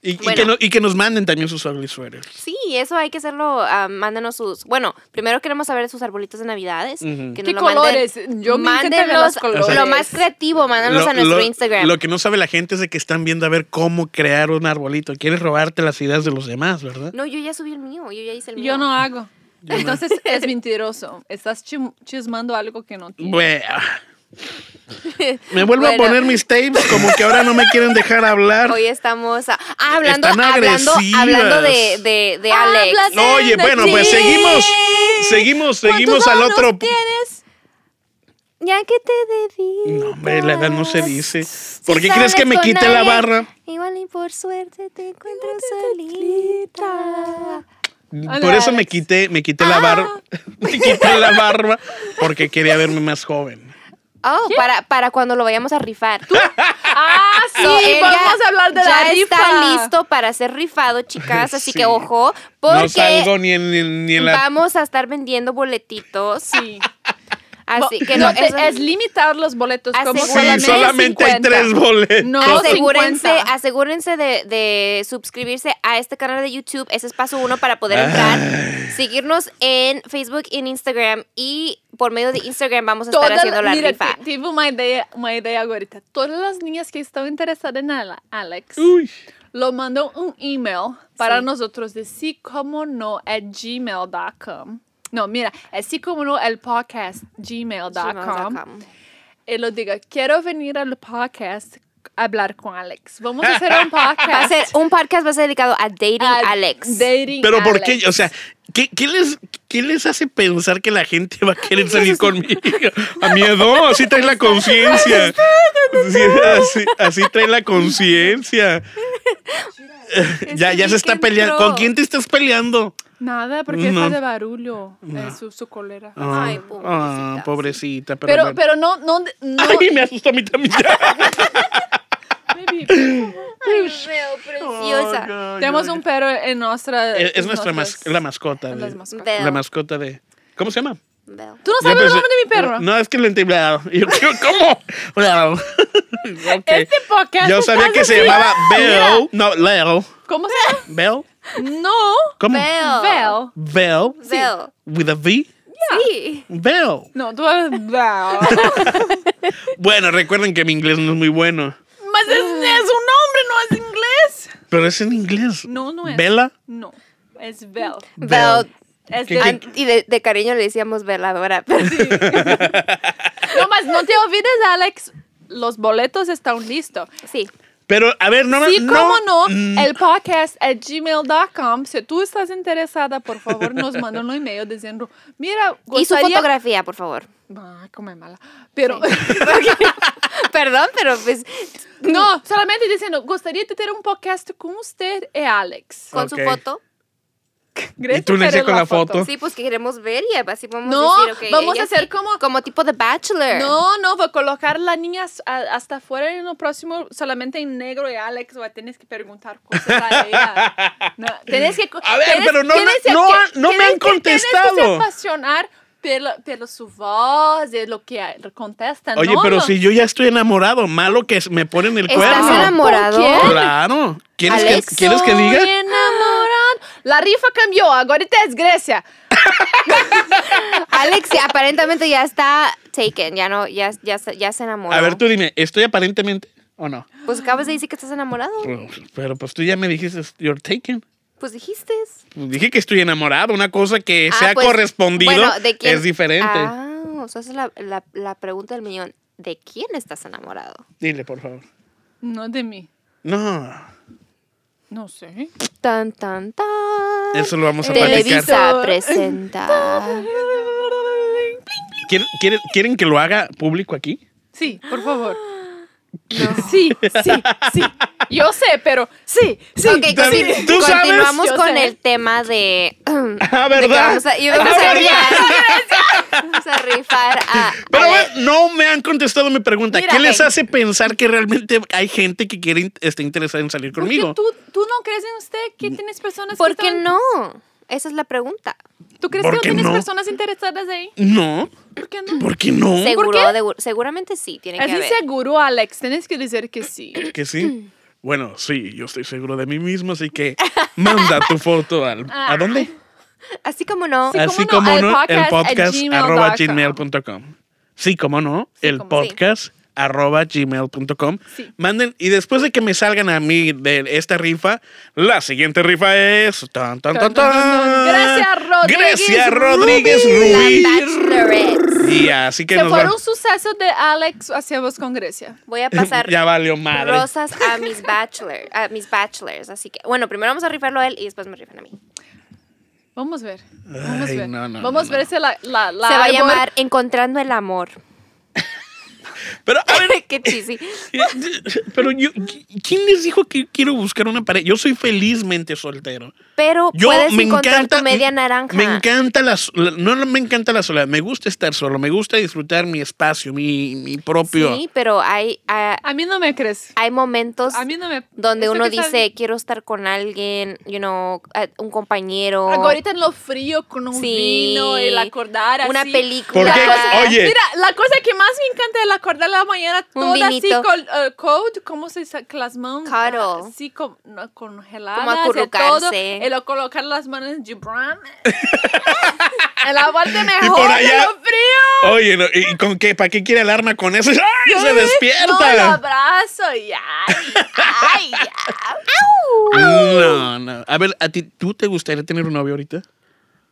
[SPEAKER 1] Y, y
[SPEAKER 3] Bueno.
[SPEAKER 1] que no- y que nos manden también sus ugly sweaters.
[SPEAKER 3] Sí, eso hay que hacerlo. ah, mándanos sus. Bueno, primero queremos saber sus arbolitos de Navidades.
[SPEAKER 1] Ujú.
[SPEAKER 3] que nos
[SPEAKER 2] ¿Qué
[SPEAKER 3] lo manden.
[SPEAKER 2] colores? Yo me encanta ver los
[SPEAKER 3] Mándenos
[SPEAKER 2] colores.
[SPEAKER 3] Lo más creativo, mándanos a nuestro Instagram.
[SPEAKER 1] lo que no sabe la gente es de que están viendo a ver cómo crear un arbolito. Quieres robarte las ideas de los demás, ¿verdad?
[SPEAKER 3] No, yo ya subí el mío, yo ya hice el mío.
[SPEAKER 2] Yo no hago. Entonces es mentiroso. Estás chim- chismando algo que no tienes.
[SPEAKER 1] Bueno. Me vuelvo
[SPEAKER 3] Bueno.
[SPEAKER 1] a poner mis tapes, como que ahora no me quieren dejar hablar.
[SPEAKER 3] Hoy estamos ah, ah, hablando,
[SPEAKER 1] Están
[SPEAKER 3] hablando,
[SPEAKER 1] agresivas.
[SPEAKER 3] hablando de, de, de Alex.
[SPEAKER 2] Hablas
[SPEAKER 1] No, oye,
[SPEAKER 2] de
[SPEAKER 1] bueno, pues
[SPEAKER 2] ti.
[SPEAKER 1] seguimos, seguimos, seguimos
[SPEAKER 2] ¿Cuántos
[SPEAKER 1] al
[SPEAKER 2] años
[SPEAKER 1] otro-
[SPEAKER 2] tienes?
[SPEAKER 3] Ya que te debí.
[SPEAKER 1] No, hombre, la edad no se dice. ¿Por qué crees que me quite la barra?
[SPEAKER 3] Igual y por suerte te encuentro solita.
[SPEAKER 2] Hola,
[SPEAKER 1] Por eso me
[SPEAKER 2] Alex.
[SPEAKER 1] quité, me quité la
[SPEAKER 3] Ah.
[SPEAKER 1] barba. Me quité la barba porque quería verme más joven.
[SPEAKER 3] Oh, para, para cuando lo vayamos a rifar.
[SPEAKER 2] Ah, sí,
[SPEAKER 3] So, él ya-
[SPEAKER 2] vamos a hablar de
[SPEAKER 3] ya
[SPEAKER 2] la rifa.
[SPEAKER 3] está listo para ser rifado, chicas, así
[SPEAKER 1] Sí.
[SPEAKER 3] que
[SPEAKER 1] no
[SPEAKER 3] ojo, porque
[SPEAKER 1] salgo ni en, ni en- ni en la.
[SPEAKER 3] vamos a estar vendiendo boletitos.
[SPEAKER 2] Sí.
[SPEAKER 3] Así
[SPEAKER 2] Bo-
[SPEAKER 3] que no,
[SPEAKER 2] no, te-
[SPEAKER 3] eso-
[SPEAKER 2] es limitar los boletos como
[SPEAKER 3] Asegúrense.
[SPEAKER 1] Sí,
[SPEAKER 2] solamente,
[SPEAKER 1] solamente hay
[SPEAKER 2] 50.
[SPEAKER 1] tres boletos.
[SPEAKER 2] No,
[SPEAKER 3] asegúrense,
[SPEAKER 2] 50.
[SPEAKER 3] asegúrense de, de suscribirse a este canal de YouTube. Ese es paso uno para poder entrar. Seguirnos en Facebook y en Instagram. Y por medio de Instagram vamos a estar
[SPEAKER 2] Todas-
[SPEAKER 3] haciendo la
[SPEAKER 2] mira,
[SPEAKER 3] rifa.
[SPEAKER 2] te- Tive uma ideia, uma ideia agora. Todas as niñas que estão interessadas na Alex,
[SPEAKER 1] Uy.
[SPEAKER 2] lo mandam um e-mail para
[SPEAKER 3] Sí.
[SPEAKER 2] nós outros de si como no é gmail.com. Não, mira, é si como no el podcast gmail.com.
[SPEAKER 3] gmail.com.
[SPEAKER 2] E lo diga, quero venir al podcast hablar com Alex. Vamos a hacer un podcast.
[SPEAKER 3] Va a ser un podcast va a ser dedicado a dating
[SPEAKER 2] a
[SPEAKER 3] Alex.
[SPEAKER 2] Dating
[SPEAKER 1] Pero ¿por
[SPEAKER 2] Alex.
[SPEAKER 1] qué? O sea, ¿qué, qué les, ¿qué les hace pensar que la gente va a querer salir conmigo? A miedo, así trae la conciencia. Sí, así, así trae la conciencia. Ya, ya se está peleando. ¿Con quién te estás peleando?
[SPEAKER 2] Nada, porque
[SPEAKER 1] No.
[SPEAKER 2] está de barullo eh, su, su colera.
[SPEAKER 1] Ah,
[SPEAKER 3] Ay, pobrecita.
[SPEAKER 1] ah, pobrecita. Pero,
[SPEAKER 2] Pero,
[SPEAKER 1] bueno.
[SPEAKER 2] pero no, no, no.
[SPEAKER 1] Ay, me asustó a mí también.
[SPEAKER 2] Baby, por favor.
[SPEAKER 3] Ay, veo preciosa.
[SPEAKER 1] Oh,
[SPEAKER 2] Tenemos un perro en nuestra.
[SPEAKER 1] Eh, Es, es
[SPEAKER 2] en
[SPEAKER 1] nuestra mas-
[SPEAKER 2] nuestras-
[SPEAKER 1] la mascota.
[SPEAKER 2] en
[SPEAKER 1] de-
[SPEAKER 2] las mascotas.
[SPEAKER 3] Veo.
[SPEAKER 1] la mascota de. ¿Cómo se llama?
[SPEAKER 3] Veo.
[SPEAKER 2] Tú no
[SPEAKER 1] Ya
[SPEAKER 2] sabes el
[SPEAKER 1] pensé-
[SPEAKER 2] nombre de mi perro.
[SPEAKER 1] No, es que lo entiblado. Y yo, tío, ¿cómo? Wow. Ok.
[SPEAKER 2] Este podcast.
[SPEAKER 1] Yo
[SPEAKER 2] está
[SPEAKER 1] sabía que se
[SPEAKER 2] así.
[SPEAKER 1] llamaba
[SPEAKER 2] Mira,
[SPEAKER 1] Bell. No, Leo.
[SPEAKER 2] ¿Cómo se llama?
[SPEAKER 1] Bell.
[SPEAKER 2] No.
[SPEAKER 1] ¿Cómo?
[SPEAKER 3] Veo.
[SPEAKER 2] Bell.
[SPEAKER 1] Bell.
[SPEAKER 3] Veo.
[SPEAKER 1] With a V.
[SPEAKER 3] Sí.
[SPEAKER 1] Bell.
[SPEAKER 2] No, tú eres Bell.
[SPEAKER 1] Bueno, recuerden que mi inglés no es muy bueno.
[SPEAKER 2] Mas es, es un nombre, no es inglés.
[SPEAKER 1] Pero es en inglés.
[SPEAKER 2] No, no es.
[SPEAKER 1] Bella.
[SPEAKER 2] No, es Bell.
[SPEAKER 3] Veo.
[SPEAKER 2] Es
[SPEAKER 1] ¿Qué-
[SPEAKER 2] de-
[SPEAKER 1] qué-
[SPEAKER 3] An- Y de, de cariño le decíamos veladora. pero-
[SPEAKER 2] No más, no te olvides, Alex. Los boletos están listos.
[SPEAKER 3] Sí.
[SPEAKER 1] Pero, a ver, no, no.
[SPEAKER 2] Sí, cómo no,
[SPEAKER 1] Mm,
[SPEAKER 2] el podcast at gmail.com. Si tú estás interesada, por favor, nos manda un email diciendo, mira,
[SPEAKER 3] Y su
[SPEAKER 2] gustaría-
[SPEAKER 3] fotografía, por favor.
[SPEAKER 2] Ay, come mala. Pero,
[SPEAKER 3] Perdón, pero pues
[SPEAKER 2] no, solamente diciendo, gustaría tener un podcast con usted y Alex.
[SPEAKER 3] con
[SPEAKER 1] Ok.
[SPEAKER 3] su foto.
[SPEAKER 1] Y
[SPEAKER 2] Gracias
[SPEAKER 1] tú le
[SPEAKER 2] por
[SPEAKER 1] hacías con la foto.
[SPEAKER 3] Sí, pues que queremos ver y así podemos
[SPEAKER 2] No,
[SPEAKER 3] decir, ok,
[SPEAKER 2] vamos
[SPEAKER 3] ella
[SPEAKER 2] a hacer
[SPEAKER 3] sí,
[SPEAKER 2] como-
[SPEAKER 3] Como tipo de
[SPEAKER 1] Eh.
[SPEAKER 3] Bachelor.
[SPEAKER 2] No, no, voy a colocar la niña as- a- hasta afuera en lo próximo, solamente en negro y Alex, va a tener que preguntar cosas a ella. No, tienes que,
[SPEAKER 1] A ver,
[SPEAKER 2] tienes-
[SPEAKER 1] pero no-
[SPEAKER 2] tienes
[SPEAKER 1] no
[SPEAKER 2] que-
[SPEAKER 1] han- no me
[SPEAKER 2] tienes
[SPEAKER 1] han
[SPEAKER 2] que- Tienes que
[SPEAKER 1] contestado.
[SPEAKER 2] se apasionar pelo, pelo su voz, de lo que contestan.
[SPEAKER 1] Oye,
[SPEAKER 2] no,
[SPEAKER 1] pero
[SPEAKER 2] no.
[SPEAKER 1] si yo ya estoy enamorado, malo que me ponen el
[SPEAKER 3] ¿Estás
[SPEAKER 1] cuerno.
[SPEAKER 3] enamorado?
[SPEAKER 2] ¿Con quién?
[SPEAKER 1] Claro. ¿Quieres que,
[SPEAKER 3] Alex,
[SPEAKER 1] ¿Quieres que diga?
[SPEAKER 2] Estoy enamorado. La rifa cambió, ahora es Grecia.
[SPEAKER 3] Alex ya- aparentemente ya está taken, ya no, ya, ya, se- ya se enamoró.
[SPEAKER 1] A ver, tú dime, ¿estoy aparentemente o no?
[SPEAKER 3] Pues acabas de decir que estás enamorado.
[SPEAKER 1] Pero, pero, pues tú ya me dijiste, you're taken.
[SPEAKER 3] Pues dijiste.
[SPEAKER 1] Pues, dije que estoy enamorado. Una cosa que
[SPEAKER 3] Ah,
[SPEAKER 1] sea
[SPEAKER 3] pues,
[SPEAKER 1] correspondido
[SPEAKER 3] bueno, ¿de quién?
[SPEAKER 1] es diferente.
[SPEAKER 3] Ah, o sea, esa es la, la, la pregunta del millón. ¿De quién estás enamorado?
[SPEAKER 1] Dile, por favor.
[SPEAKER 2] No de mí,
[SPEAKER 1] No,
[SPEAKER 2] no sé.
[SPEAKER 3] Tan, tan, tan.
[SPEAKER 1] eso lo vamos a platicar.
[SPEAKER 3] Televisa
[SPEAKER 2] Televisa.
[SPEAKER 3] presenta.
[SPEAKER 1] ¿Quieren, quieren, quieren que lo haga público aquí?
[SPEAKER 2] Sí, por favor. Sí, sí, sí. Yo sé, pero sí, sí.
[SPEAKER 3] Ok,
[SPEAKER 1] Dani,
[SPEAKER 3] consi-
[SPEAKER 1] ¿tú sabes?
[SPEAKER 3] continuamos
[SPEAKER 2] Yo
[SPEAKER 3] con
[SPEAKER 2] sé.
[SPEAKER 3] el tema de.
[SPEAKER 1] Ah,
[SPEAKER 3] de que
[SPEAKER 1] ¿verdad?
[SPEAKER 3] vamos a- y vamos
[SPEAKER 1] Ah,
[SPEAKER 3] a rifar. Vamos a rifar a.
[SPEAKER 1] Pero
[SPEAKER 3] a-
[SPEAKER 1] bueno, no me han contestado mi pregunta.
[SPEAKER 2] Mira,
[SPEAKER 1] ¿Qué les
[SPEAKER 2] ven.
[SPEAKER 1] hace pensar que realmente hay gente que quiere, in- está interesada en salir
[SPEAKER 2] Porque
[SPEAKER 1] conmigo?
[SPEAKER 2] tú, tú no crees en usted que tienes personas
[SPEAKER 3] ¿Por
[SPEAKER 2] que
[SPEAKER 3] qué
[SPEAKER 2] están-
[SPEAKER 3] no? Esa es la pregunta.
[SPEAKER 2] ¿Tú crees
[SPEAKER 1] ¿Por
[SPEAKER 2] que no
[SPEAKER 1] qué
[SPEAKER 2] tienes
[SPEAKER 1] no?
[SPEAKER 2] personas interesadas ahí?
[SPEAKER 1] No,
[SPEAKER 2] ¿Por qué no?
[SPEAKER 1] ¿por qué no?
[SPEAKER 3] Seguro,
[SPEAKER 2] qué?
[SPEAKER 3] de- seguramente sí, tiene
[SPEAKER 2] Es
[SPEAKER 3] que haber.
[SPEAKER 2] inseguro, Alex. Tienes que decir que sí.
[SPEAKER 1] Que sí. Bueno, sí, yo estoy seguro de mí mismo, así que manda tu foto al... ¿A dónde?
[SPEAKER 3] Así como no.
[SPEAKER 2] Sí,
[SPEAKER 1] Así
[SPEAKER 2] Ah, cómo
[SPEAKER 1] como
[SPEAKER 2] no,
[SPEAKER 1] no,
[SPEAKER 2] al
[SPEAKER 1] el
[SPEAKER 2] podcast
[SPEAKER 1] podcast
[SPEAKER 2] at
[SPEAKER 1] arroba
[SPEAKER 2] gmail punto
[SPEAKER 1] gmail.com. Sí, como no, el
[SPEAKER 2] cómo-
[SPEAKER 1] podcast arroba gmail.com.
[SPEAKER 2] Sí.
[SPEAKER 1] Manden, y después de que me salgan a mí de esta rifa, la siguiente rifa es... Tan, tan, tan,
[SPEAKER 2] Tan, tan, tan.
[SPEAKER 1] tan.
[SPEAKER 2] Gracias, Rodríguez
[SPEAKER 1] Gracias, Rodríguez
[SPEAKER 3] La
[SPEAKER 1] Rubí.
[SPEAKER 3] Bachelorette.
[SPEAKER 1] Y así que
[SPEAKER 2] Se
[SPEAKER 1] nos
[SPEAKER 2] fue
[SPEAKER 1] va-
[SPEAKER 2] un suceso de Alex hacíamos con Grecia.
[SPEAKER 3] Voy a pasar
[SPEAKER 1] Ya valió madre.
[SPEAKER 3] rosas a mis bachelor, a mis bachelors. Así que, bueno, primero vamos a rifarlo a él y después me rifan a mí.
[SPEAKER 2] Vamos a ver. Vamos a
[SPEAKER 1] Ay,
[SPEAKER 2] ver.
[SPEAKER 1] no, no,
[SPEAKER 2] Vamos
[SPEAKER 1] no,
[SPEAKER 2] a ver si la, la, la
[SPEAKER 3] Se va a
[SPEAKER 2] árbol-
[SPEAKER 3] llamar Encontrando el amor.
[SPEAKER 1] Pero, a ver,
[SPEAKER 3] qué chisi.
[SPEAKER 1] pero yo, ¿quién les dijo que quiero buscar una pareja? Yo soy felizmente soltero.
[SPEAKER 3] Pero
[SPEAKER 1] Yo
[SPEAKER 3] puedes
[SPEAKER 1] me
[SPEAKER 3] encontrar
[SPEAKER 1] encanta
[SPEAKER 3] tu media naranja.
[SPEAKER 1] Me encanta la, so- la- no no me encanta la soledad, me gusta estar solo, me gusta disfrutar mi espacio, mi, mi propio.
[SPEAKER 3] Sí, pero hay, hay,
[SPEAKER 2] A mí no me crees.
[SPEAKER 3] hay momentos
[SPEAKER 2] A mí no me.
[SPEAKER 3] donde
[SPEAKER 2] Esto
[SPEAKER 3] uno
[SPEAKER 2] que está-
[SPEAKER 3] dice, quiero estar con alguien, you know, a- un compañero.
[SPEAKER 2] Ahorita en lo frío con un
[SPEAKER 3] Sí.
[SPEAKER 2] vino, el acordar así.
[SPEAKER 3] Una película.
[SPEAKER 1] ¿Por qué?
[SPEAKER 3] Ah,
[SPEAKER 1] Oye.
[SPEAKER 2] Mira, la cosa que más me encanta es acordar la mañana
[SPEAKER 3] Un
[SPEAKER 2] toda así
[SPEAKER 3] vinito.
[SPEAKER 2] con eh, cold, ¿cómo se dice? Con las manos
[SPEAKER 3] Cuddle.
[SPEAKER 2] así con, no, congeladas.
[SPEAKER 3] Como
[SPEAKER 2] y todo,
[SPEAKER 3] acurrucarse.
[SPEAKER 2] y lo colocar las manos en Gibran. el agua de
[SPEAKER 1] Y
[SPEAKER 2] mejor
[SPEAKER 1] por
[SPEAKER 2] de
[SPEAKER 1] allá-
[SPEAKER 2] lo frío.
[SPEAKER 1] Oye, no, ¿y con qué? ¿Para qué quiere alarma con eso? ¡Ay, se
[SPEAKER 2] No, el
[SPEAKER 1] despierta!
[SPEAKER 2] abrazo y ay, ay, ay.
[SPEAKER 1] No, no. A ver, ¿a ti tú te gustaría tener un novio ahorita?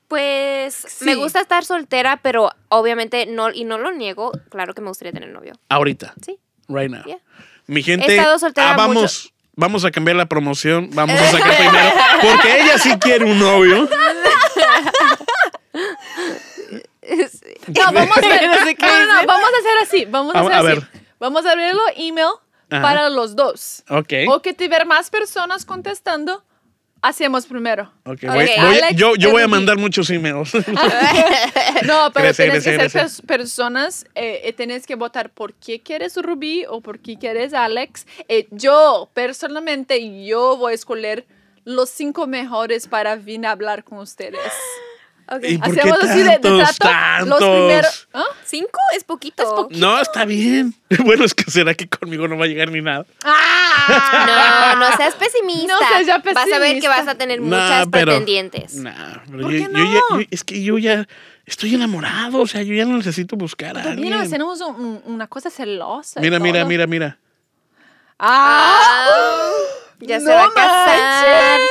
[SPEAKER 3] Pues me gusta estar soltera, pero obviamente no, y no lo niego, claro que me gustaría tener novio.
[SPEAKER 1] Ahorita.
[SPEAKER 3] Sí.
[SPEAKER 1] Right now.
[SPEAKER 3] Yeah.
[SPEAKER 1] Mi gente,
[SPEAKER 3] He estado soltera
[SPEAKER 1] ah, vamos, vamos a cambiar la promoción. Vamos a sacar primero. Porque ella sí quiere un novio.
[SPEAKER 2] No, vamos a ver.
[SPEAKER 3] No sé qué
[SPEAKER 2] No, no, no, vamos a hacer así. Vamos a
[SPEAKER 1] Vamos
[SPEAKER 2] hacer
[SPEAKER 1] a
[SPEAKER 2] así.
[SPEAKER 1] ver.
[SPEAKER 2] Vamos a abrir el email
[SPEAKER 1] Ajá.
[SPEAKER 2] para los dos.
[SPEAKER 1] Ok.
[SPEAKER 2] O que tiver más personas contestando hacemos primero.
[SPEAKER 1] Ok,
[SPEAKER 3] Ok,
[SPEAKER 1] voy- voy-
[SPEAKER 2] Alex
[SPEAKER 1] yo, yo voy a
[SPEAKER 2] Enrique.
[SPEAKER 1] mandar muchos emails.
[SPEAKER 2] Eh, No, pero
[SPEAKER 1] Gracias,
[SPEAKER 2] tienes que
[SPEAKER 1] gracias,
[SPEAKER 2] ser
[SPEAKER 1] gracias.
[SPEAKER 2] pers- personas eh, y tienes que votar por qué quieres Rubí o por qué quieres Alex. Eh, yo, personalmente, yo voy a escoger los cinco mejores para venir a hablar con ustedes.
[SPEAKER 3] Ok.
[SPEAKER 1] ¿Y por qué
[SPEAKER 2] Hacemos así de, de
[SPEAKER 1] tantos,
[SPEAKER 2] trato,
[SPEAKER 1] tantos?
[SPEAKER 2] Los primeros. ¿Ah?
[SPEAKER 3] Cinco es poquito.
[SPEAKER 2] Es poquito.
[SPEAKER 1] no, está bien. Bueno, es que será que conmigo no va a llegar ni nada.
[SPEAKER 2] ¡Ah!
[SPEAKER 3] No, no seas pesimista.
[SPEAKER 2] No seas ya
[SPEAKER 3] Vas a ver que
[SPEAKER 2] pesimista.
[SPEAKER 3] vas a tener
[SPEAKER 1] Nah,
[SPEAKER 3] muchas
[SPEAKER 1] pero-
[SPEAKER 3] pretendientes.
[SPEAKER 1] Nah, pero
[SPEAKER 2] ¿Por
[SPEAKER 1] yo,
[SPEAKER 2] qué
[SPEAKER 1] yo
[SPEAKER 2] no?
[SPEAKER 1] ya- yo- es que yo ya estoy enamorado, o sea, yo ya no necesito buscar a alguien.
[SPEAKER 2] Pues Mira, tenemos un- un- una cosa celosa. y
[SPEAKER 1] Mira, mira,
[SPEAKER 2] todo.
[SPEAKER 1] mira, mira.
[SPEAKER 2] ¡Ah!
[SPEAKER 3] Ah, ya se
[SPEAKER 2] ¡No
[SPEAKER 3] va a casar.
[SPEAKER 2] manchen!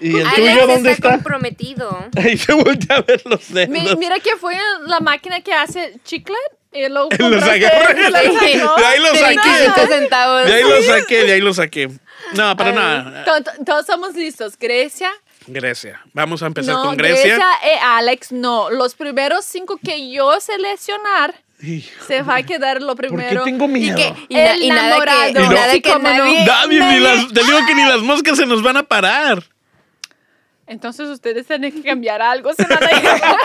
[SPEAKER 1] ¿Y el
[SPEAKER 3] Alex
[SPEAKER 1] tuyo dónde
[SPEAKER 3] está
[SPEAKER 1] está?
[SPEAKER 3] comprometido.
[SPEAKER 1] Ahí se voltea a ver los dedos.
[SPEAKER 2] Mi- mira que fue la máquina que hace chicle y lo
[SPEAKER 1] Los
[SPEAKER 2] compraste,
[SPEAKER 1] agarré.
[SPEAKER 2] lo sacó.
[SPEAKER 1] De ahí lo
[SPEAKER 3] De
[SPEAKER 1] saqué.
[SPEAKER 3] 25 centavos.
[SPEAKER 1] De ahí lo saqué, de ahí lo saqué. No, para
[SPEAKER 3] Ay.
[SPEAKER 1] nada.
[SPEAKER 2] Tot- Todos estamos listos. Grecia.
[SPEAKER 1] Grecia. Vamos a empezar
[SPEAKER 2] No,
[SPEAKER 1] con Grecia.
[SPEAKER 2] e Alex, no. Los primeros cinco que yo seleccionar
[SPEAKER 1] Hijo,
[SPEAKER 2] se va a quedar lo
[SPEAKER 1] ¿Por
[SPEAKER 2] primero.
[SPEAKER 1] qué tengo
[SPEAKER 3] Y,
[SPEAKER 1] miedo?
[SPEAKER 3] que, y, na- y nada que,
[SPEAKER 2] Enamorado.
[SPEAKER 3] y nada
[SPEAKER 2] Sí,
[SPEAKER 3] que
[SPEAKER 2] cómo no.
[SPEAKER 3] nadie.
[SPEAKER 1] Nadie, ni
[SPEAKER 3] nadie-
[SPEAKER 1] las, te digo que ni las moscas se nos van a parar.
[SPEAKER 2] Entonces ustedes tienen que cambiar algo. Se van a llegar.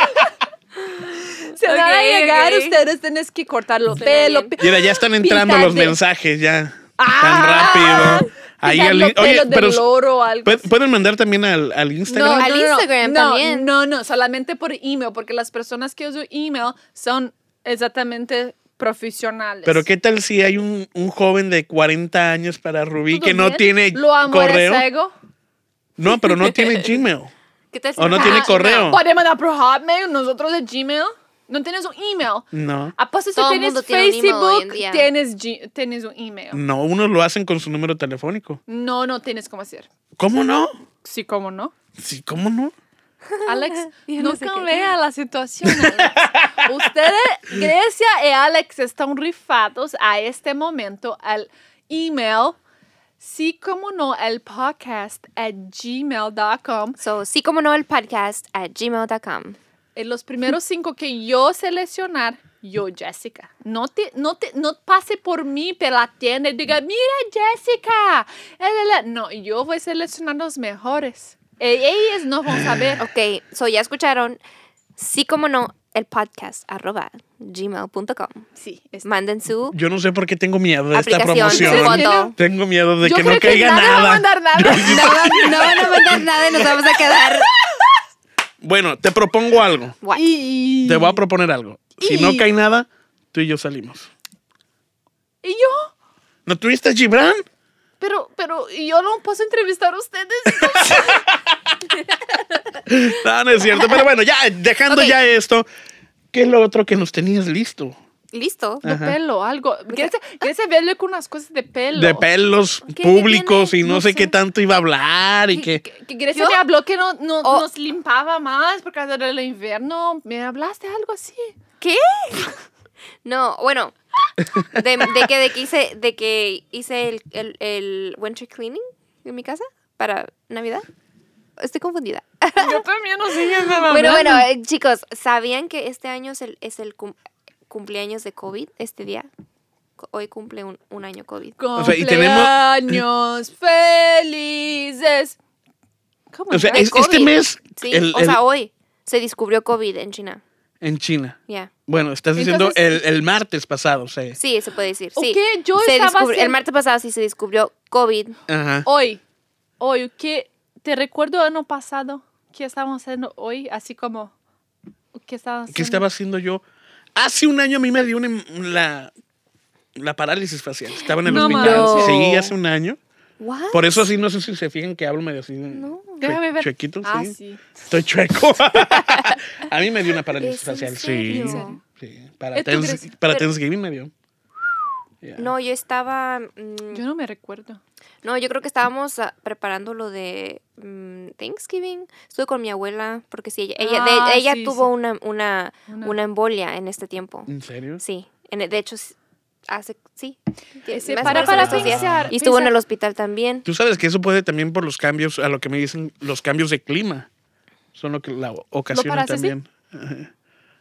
[SPEAKER 2] se van
[SPEAKER 3] Ok,
[SPEAKER 2] a llegar.
[SPEAKER 3] ok.
[SPEAKER 2] Ustedes tienen que cortar los
[SPEAKER 3] Suena
[SPEAKER 2] pelos.
[SPEAKER 3] bien.
[SPEAKER 2] pi-
[SPEAKER 1] Mira, ya están entrando los
[SPEAKER 2] Pintarle.
[SPEAKER 1] mensajes ya.
[SPEAKER 2] Ah,
[SPEAKER 1] tan rápido. Ahí
[SPEAKER 2] Quitar
[SPEAKER 1] al-
[SPEAKER 2] los
[SPEAKER 1] oye,
[SPEAKER 2] pelos
[SPEAKER 1] pero
[SPEAKER 2] del loro o algo.
[SPEAKER 1] ¿pue-
[SPEAKER 2] así.
[SPEAKER 1] pueden mandar también al, al Instagram.
[SPEAKER 3] Al Instagram
[SPEAKER 2] no,
[SPEAKER 3] también.
[SPEAKER 2] No, no, solamente por email, porque las personas que usan email son exactamente profesionales.
[SPEAKER 1] Pero qué tal si hay un, un joven de 40 años para Rubí
[SPEAKER 2] ¿Todo
[SPEAKER 1] que no
[SPEAKER 2] bien?
[SPEAKER 1] tiene
[SPEAKER 2] Pues Lo amo, eres
[SPEAKER 1] correo.
[SPEAKER 2] cego.
[SPEAKER 1] No, pero no tiene Gmail.
[SPEAKER 3] ¿Qué tal si
[SPEAKER 1] O no
[SPEAKER 3] nos
[SPEAKER 1] tiene
[SPEAKER 3] mandas
[SPEAKER 1] correo.
[SPEAKER 3] email?
[SPEAKER 2] Ah, Podemos mandar por Hotmail, nosotros de Gmail. No tienes un email. Ah,
[SPEAKER 1] No.
[SPEAKER 2] Apuesto si
[SPEAKER 3] Todo el
[SPEAKER 2] tienes
[SPEAKER 3] mundo tiene un email hoy en
[SPEAKER 2] Facebook,
[SPEAKER 3] día.
[SPEAKER 2] tienes, G- tienes un email.
[SPEAKER 1] No, unos lo hacen con su número telefónico.
[SPEAKER 2] No, no tienes cómo hacer.
[SPEAKER 1] ¿Cómo no?
[SPEAKER 2] Sí, cómo no.
[SPEAKER 1] Sí, ¿cómo no?
[SPEAKER 2] Alex,
[SPEAKER 3] Yo
[SPEAKER 2] no
[SPEAKER 3] no sé qué.
[SPEAKER 2] cambia la situación. Alex. Ustedes, Grecia y Alex, están rifados a este momento al email, sí como no, el podcast at gmail.com.
[SPEAKER 3] So, sí como no el podcast at gmail.com.
[SPEAKER 2] En los primeros cinco que yo seleccionar, yo, Jessica, no, te, no, te, no pase por mí, por la tienda y diga, mira, Jessica. eh, la, la". No, yo voy a seleccionar los mejores. Eh, Ellos no van a saber.
[SPEAKER 3] Ok, so ya escucharon. Sí como no el podcast arroba gmail.com.
[SPEAKER 2] Sí, es
[SPEAKER 3] Manden su
[SPEAKER 1] Yo no sé por qué tengo miedo de esta
[SPEAKER 3] Aplicación,
[SPEAKER 2] su
[SPEAKER 1] promoción.
[SPEAKER 2] foto.
[SPEAKER 1] Tengo miedo de
[SPEAKER 2] Yo
[SPEAKER 1] que no
[SPEAKER 2] creo que
[SPEAKER 1] caiga
[SPEAKER 2] nadie va a
[SPEAKER 1] nada.
[SPEAKER 2] mandar nada.
[SPEAKER 3] No, van- no van a mandar nada y nos vamos a quedar.
[SPEAKER 1] Bueno, te propongo algo.
[SPEAKER 3] What?
[SPEAKER 2] Y,
[SPEAKER 1] Te voy a proponer algo. Si
[SPEAKER 2] Y-
[SPEAKER 1] no cae nada, tú y yo salimos.
[SPEAKER 2] y yo,
[SPEAKER 1] ¿No tuviste a Gibran?
[SPEAKER 2] pero, pero yo no puedo entrevistar a ustedes.
[SPEAKER 1] No, no es cierto. Pero bueno, ya dejando
[SPEAKER 3] Ok.
[SPEAKER 1] ya esto, ¿qué es lo otro que nos tenías listo?
[SPEAKER 3] Listo.
[SPEAKER 2] De pelo, algo. Quieres quieres verle con unas cosas de pelo.
[SPEAKER 1] De pelos
[SPEAKER 3] ¿Qué- qué
[SPEAKER 1] públicos
[SPEAKER 3] tiene?
[SPEAKER 1] y no,
[SPEAKER 3] No
[SPEAKER 1] sé,
[SPEAKER 3] sé.
[SPEAKER 1] qué tanto iba a hablar y
[SPEAKER 2] Que,
[SPEAKER 1] que...
[SPEAKER 2] que- que Grecia
[SPEAKER 3] ¿Yo?
[SPEAKER 2] te habló que no, no-
[SPEAKER 3] Oh.
[SPEAKER 2] nos limpaba más por causa del invierno. ¿Me hablaste algo así?
[SPEAKER 3] ¿Qué? No, bueno. De, de que, de que hice, de que hice el, el- el winter cleaning en mi casa para Navidad. Estoy confundida.
[SPEAKER 1] Ah,
[SPEAKER 2] Yo también no sé qué me va
[SPEAKER 3] Bueno,
[SPEAKER 2] hablando.
[SPEAKER 3] bueno, eh, chicos, ¿sabían que este año es el, es el cum- cumpleaños de COVID? Este día. Co- Hoy cumple un, un año COVID.
[SPEAKER 1] O sea, y tenemos-
[SPEAKER 2] Cumpleaños felices. ¿Cómo
[SPEAKER 1] O sea,
[SPEAKER 2] era?
[SPEAKER 1] es- este
[SPEAKER 3] COVID.
[SPEAKER 1] mes
[SPEAKER 3] Sí,
[SPEAKER 1] el-
[SPEAKER 3] o sea,
[SPEAKER 1] el-
[SPEAKER 3] hoy se descubrió COVID en China.
[SPEAKER 1] en China.
[SPEAKER 3] Ya.
[SPEAKER 1] Bueno, estás diciendo
[SPEAKER 2] Entonces-
[SPEAKER 1] el, el martes pasado, o sea.
[SPEAKER 3] Sí, se puede decir.
[SPEAKER 2] ¿O
[SPEAKER 3] Sí.
[SPEAKER 2] qué? Yo
[SPEAKER 3] Se
[SPEAKER 2] estaba
[SPEAKER 3] descubri- El
[SPEAKER 2] haciendo-
[SPEAKER 3] martes pasado sí se descubrió COVID.
[SPEAKER 1] Ajá.
[SPEAKER 2] Hoy, hoy, ¿qué te recuerdo año pasado? ¿Qué estábamos haciendo hoy? Así como, ¿qué estábamos haciendo?
[SPEAKER 1] ¿Qué estaba haciendo yo? Hace un año a mí me dio una, la, la parálisis facial. Estaba en el
[SPEAKER 2] No
[SPEAKER 1] hospital.
[SPEAKER 3] manches.
[SPEAKER 1] Sí, hace un año.
[SPEAKER 3] ¿What?
[SPEAKER 1] Por eso así, no sé si se fijan que hablo medio así. chue-
[SPEAKER 2] Déjame ver.
[SPEAKER 1] Chuequito, sí.
[SPEAKER 2] Ah, sí.
[SPEAKER 1] Estoy chueco. a mí me dio una parálisis
[SPEAKER 3] ¿Es en
[SPEAKER 1] facial. Sí.
[SPEAKER 3] serio?
[SPEAKER 1] sí. Para,
[SPEAKER 2] ¿Eh, tú
[SPEAKER 1] Thanks-
[SPEAKER 2] crees?
[SPEAKER 1] para
[SPEAKER 3] Pero-
[SPEAKER 1] Thanksgiving me dio. Ya.
[SPEAKER 3] No, yo estaba. mm,
[SPEAKER 2] Yo no me recuerdo.
[SPEAKER 3] no, yo creo que estábamos ah, preparando lo de mm, Thanksgiving. Estuve con mi abuela, porque sí, ella, ella, de-
[SPEAKER 2] Ah,
[SPEAKER 3] ella
[SPEAKER 2] sí,
[SPEAKER 3] tuvo
[SPEAKER 2] sí.
[SPEAKER 3] Una, una,
[SPEAKER 2] Una-
[SPEAKER 3] una embolia en este tiempo.
[SPEAKER 1] ¿En serio?
[SPEAKER 3] Sí. En- e, de hecho, s- hace. Sí.
[SPEAKER 2] Ese,
[SPEAKER 3] Más o
[SPEAKER 2] Eh,
[SPEAKER 3] menos
[SPEAKER 2] para
[SPEAKER 3] en
[SPEAKER 2] para
[SPEAKER 3] estos días.
[SPEAKER 2] pensar.
[SPEAKER 3] Y estuvo en el
[SPEAKER 2] pensar.
[SPEAKER 3] hospital también.
[SPEAKER 1] Tú sabes que eso puede también por los cambios, a lo que me dicen, los cambios de clima. Son lo que la ocasión
[SPEAKER 2] paraste así?
[SPEAKER 1] también. Ajá.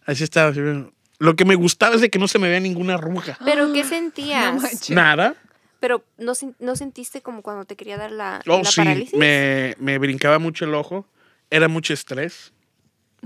[SPEAKER 1] Así estaba. así,
[SPEAKER 3] Ah,
[SPEAKER 1] bueno. Lo que me gustaba es de que no se me vea ninguna arruga.
[SPEAKER 3] Pero ¿qué sentías?
[SPEAKER 2] manches.
[SPEAKER 1] Nada.
[SPEAKER 3] Pero ¿no, sen- no sentiste como cuando te quería dar la,
[SPEAKER 1] Oh,
[SPEAKER 3] la
[SPEAKER 1] sí,
[SPEAKER 3] parálisis?
[SPEAKER 1] me, me brincaba mucho el ojo. Era mucho estrés.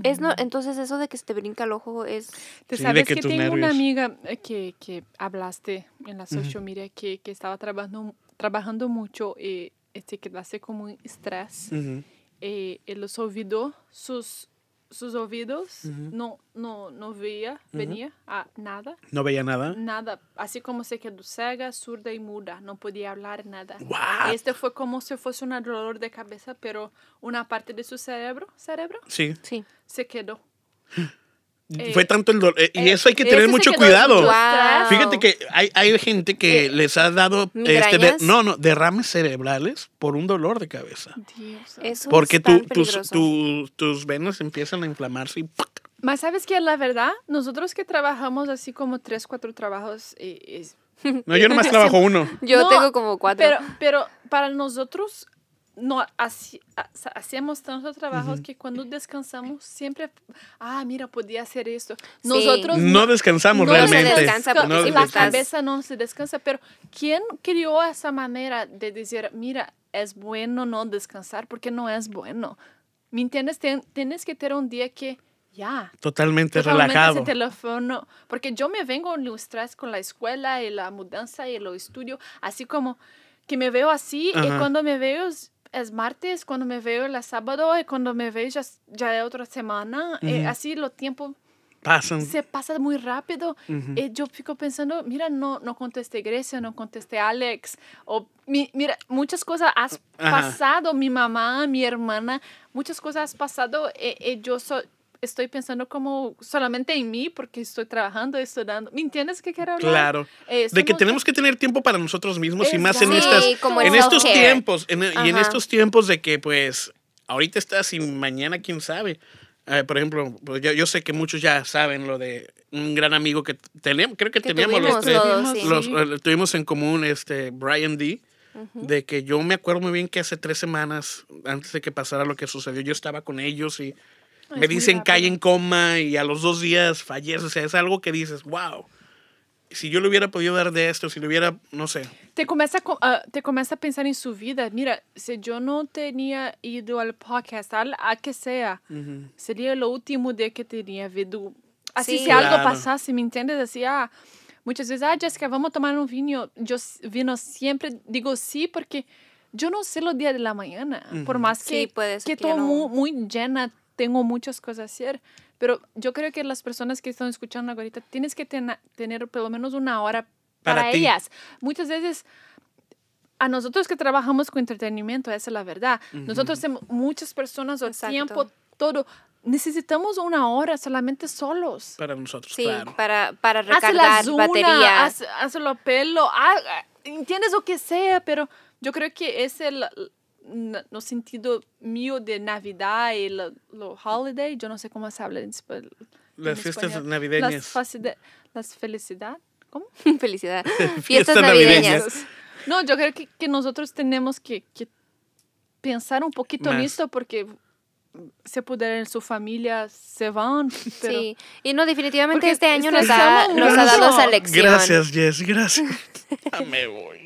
[SPEAKER 3] Es no, entonces eso de que se te brinca el ojo es...
[SPEAKER 2] Te
[SPEAKER 1] Sí, de
[SPEAKER 2] sabes
[SPEAKER 1] que
[SPEAKER 2] que,
[SPEAKER 1] tus
[SPEAKER 2] tengo una
[SPEAKER 1] nervios.
[SPEAKER 2] amiga eh, que, que hablaste en la social media que, que estaba trabajando, trabajando mucho y este, quedarse como un estrés.
[SPEAKER 1] Ujú.
[SPEAKER 2] eh, y los olvidó sus, sus oídos, no, no, no veía, venía a nada,
[SPEAKER 1] No veía nada.
[SPEAKER 2] nada. Así como se quedó cega, zurda y muda, no podía hablar nada.
[SPEAKER 1] What?
[SPEAKER 2] Este fue como si fuese un dolor de cabeza, pero una parte de su cerebro, cerebro
[SPEAKER 1] Sí.
[SPEAKER 3] Sí.
[SPEAKER 2] se quedó. Eh,
[SPEAKER 1] Fue tanto el dolor. eh, y
[SPEAKER 2] eh,
[SPEAKER 1] eso hay que
[SPEAKER 2] ese
[SPEAKER 1] tener
[SPEAKER 2] se
[SPEAKER 1] mucho
[SPEAKER 2] quedó
[SPEAKER 1] cuidado.
[SPEAKER 2] mucho.
[SPEAKER 3] Wow.
[SPEAKER 1] Fíjate que hay, hay gente que
[SPEAKER 3] Eh,
[SPEAKER 1] les ha dado este, de-
[SPEAKER 3] ¿migrañas?
[SPEAKER 1] no, no, derrames cerebrales por un dolor de cabeza.
[SPEAKER 2] Dios.
[SPEAKER 3] Eso
[SPEAKER 1] Porque
[SPEAKER 3] es tan
[SPEAKER 1] tú- tus,
[SPEAKER 3] peligroso.
[SPEAKER 1] tu- tus venas empiezan a inflamarse y ¡pac!
[SPEAKER 2] Mas sabes que la verdad, nosotros que trabajamos así como tres, cuatro trabajos, eh, es-
[SPEAKER 1] No, yo nomás trabajo uno.
[SPEAKER 3] Yo
[SPEAKER 2] No,
[SPEAKER 3] tengo como cuatro.
[SPEAKER 2] Pero, pero para nosotros no haci- ha- sa- hacíamos tantos trabajos que cuando descansamos siempre, ah, mira, podía hacer esto.
[SPEAKER 3] Sí.
[SPEAKER 2] Nosotros
[SPEAKER 1] No descansamos
[SPEAKER 2] no
[SPEAKER 3] se
[SPEAKER 1] realmente.
[SPEAKER 3] descansa porque
[SPEAKER 1] No
[SPEAKER 2] y
[SPEAKER 3] siempre
[SPEAKER 2] la
[SPEAKER 1] descansas.
[SPEAKER 2] cabeza no se descansa, pero ¿quién creó esa manera de decir, mira, es bueno no descansar porque no es bueno? ¿Me entiendes? Ten- tienes que tener un día que ya,
[SPEAKER 1] Totalmente
[SPEAKER 2] Totalmente
[SPEAKER 1] relajado.
[SPEAKER 2] ese teléfono, porque yo me vengo en los estrés con la escuela y la mudanza y los estudios, así como que me veo así
[SPEAKER 1] Ajá.
[SPEAKER 2] y cuando me veo es, es martes, cuando me veo el sábado y cuando me veo ya, es- ya es otra semana, eh,
[SPEAKER 1] Ujú.
[SPEAKER 2] así lo tiempo
[SPEAKER 1] Pasan.
[SPEAKER 2] se pasa muy rápido.
[SPEAKER 1] Ujú.
[SPEAKER 2] Y yo fico pensando, mira, no, no contesté Grecia, no contesté Alex, o mi- mira, muchas cosas has
[SPEAKER 1] Ajá.
[SPEAKER 2] pasado, mi mamá, mi hermana, muchas cosas has pasado y, y yo so- estoy pensando como solamente en mí porque estoy trabajando, estoy dando, ¿me entiendes qué quiero hablar?
[SPEAKER 1] Claro.
[SPEAKER 2] Eh,
[SPEAKER 1] De que
[SPEAKER 2] somos-
[SPEAKER 1] tenemos que tener tiempo para nosotros mismos y más en
[SPEAKER 3] Sí,
[SPEAKER 1] estas
[SPEAKER 3] como
[SPEAKER 1] en
[SPEAKER 3] el
[SPEAKER 1] estos
[SPEAKER 3] self-care.
[SPEAKER 1] tiempos en- y en
[SPEAKER 3] Ajá.
[SPEAKER 1] estos tiempos de que pues ahorita estás y mañana quién sabe Eh, por ejemplo pues, yo, yo sé que muchos ya saben lo de un gran amigo que teníamos creo que,
[SPEAKER 3] Que
[SPEAKER 1] teníamos los
[SPEAKER 3] tuvimos
[SPEAKER 1] tres
[SPEAKER 3] todos, sí.
[SPEAKER 1] este, los, eh, tuvimos en común este Brian D de que yo me acuerdo muy bien que hace tres semanas antes de que pasara lo que sucedió yo estaba con ellos y
[SPEAKER 2] Ay,
[SPEAKER 1] me
[SPEAKER 2] es muy
[SPEAKER 1] dicen
[SPEAKER 2] rápido.
[SPEAKER 1] calle en coma y a los dos días fallece o sea es algo que dices wow si yo le hubiera podido dar de esto si le hubiera no sé
[SPEAKER 2] Te começa, a co- a- te começa a pensar en su vida. Mira, si yo no tenía ido al podcast, al, a que sea, sería lo último día que tenía visto. Así
[SPEAKER 3] Sí.
[SPEAKER 2] si algo
[SPEAKER 1] Claro.
[SPEAKER 2] pasase, ¿me entiendes? Así, ah, muchas veces, ah, Jessica, vamos a tomar un vino. Yo s- vino siempre digo sí porque yo no sé los días de la mañana. Por más que,
[SPEAKER 3] Sí, puede ser
[SPEAKER 2] que
[SPEAKER 3] que ya
[SPEAKER 2] estou
[SPEAKER 3] no-
[SPEAKER 2] mu- muy, llena, tengo muchas cosas a hacer. Pero yo creo que las personas que están escuchando ahorita tienes que tena- tener por lo menos una hora
[SPEAKER 1] Para
[SPEAKER 2] para,
[SPEAKER 1] ti.
[SPEAKER 2] ellas. Muchas veces a nosotros que trabajamos con entretenimiento, esa es la verdad. Nosotros tenemos muchas personas o
[SPEAKER 3] Exacto.
[SPEAKER 2] tiempo, todo. Necesitamos una hora solamente solos.
[SPEAKER 1] Para nosotros,
[SPEAKER 3] Sí,
[SPEAKER 1] Pues claro.
[SPEAKER 3] para, para
[SPEAKER 2] Haz la
[SPEAKER 3] recargar
[SPEAKER 2] zona,
[SPEAKER 3] baterías.
[SPEAKER 2] haz, haz lo pelo, haz- entiendes lo que sea, pero yo creo que es el, n- no sentido mío de Navidad y lo, lo holiday, yo no sé cómo se habla en español.
[SPEAKER 1] Las
[SPEAKER 2] en
[SPEAKER 1] fiestas
[SPEAKER 2] español.
[SPEAKER 1] navideñas.
[SPEAKER 2] Las, facide- las felicidad, ¿cómo?
[SPEAKER 3] Felicidad.
[SPEAKER 1] Fiestas
[SPEAKER 3] Fiestas
[SPEAKER 1] navideñas.
[SPEAKER 3] navideñas.
[SPEAKER 2] No, yo creo que, que nosotros tenemos que, que pensar un poquito en
[SPEAKER 1] Más.
[SPEAKER 2] esto porque se pudiera en su familia, se van. Pero
[SPEAKER 3] Sí. Y no, definitivamente
[SPEAKER 2] Porque
[SPEAKER 3] este año
[SPEAKER 2] este
[SPEAKER 3] nos ha,
[SPEAKER 2] estamos
[SPEAKER 3] nos ha dado
[SPEAKER 2] mucho.
[SPEAKER 3] esa lección.
[SPEAKER 1] Gracias, Jess, gracias. Ya me voy.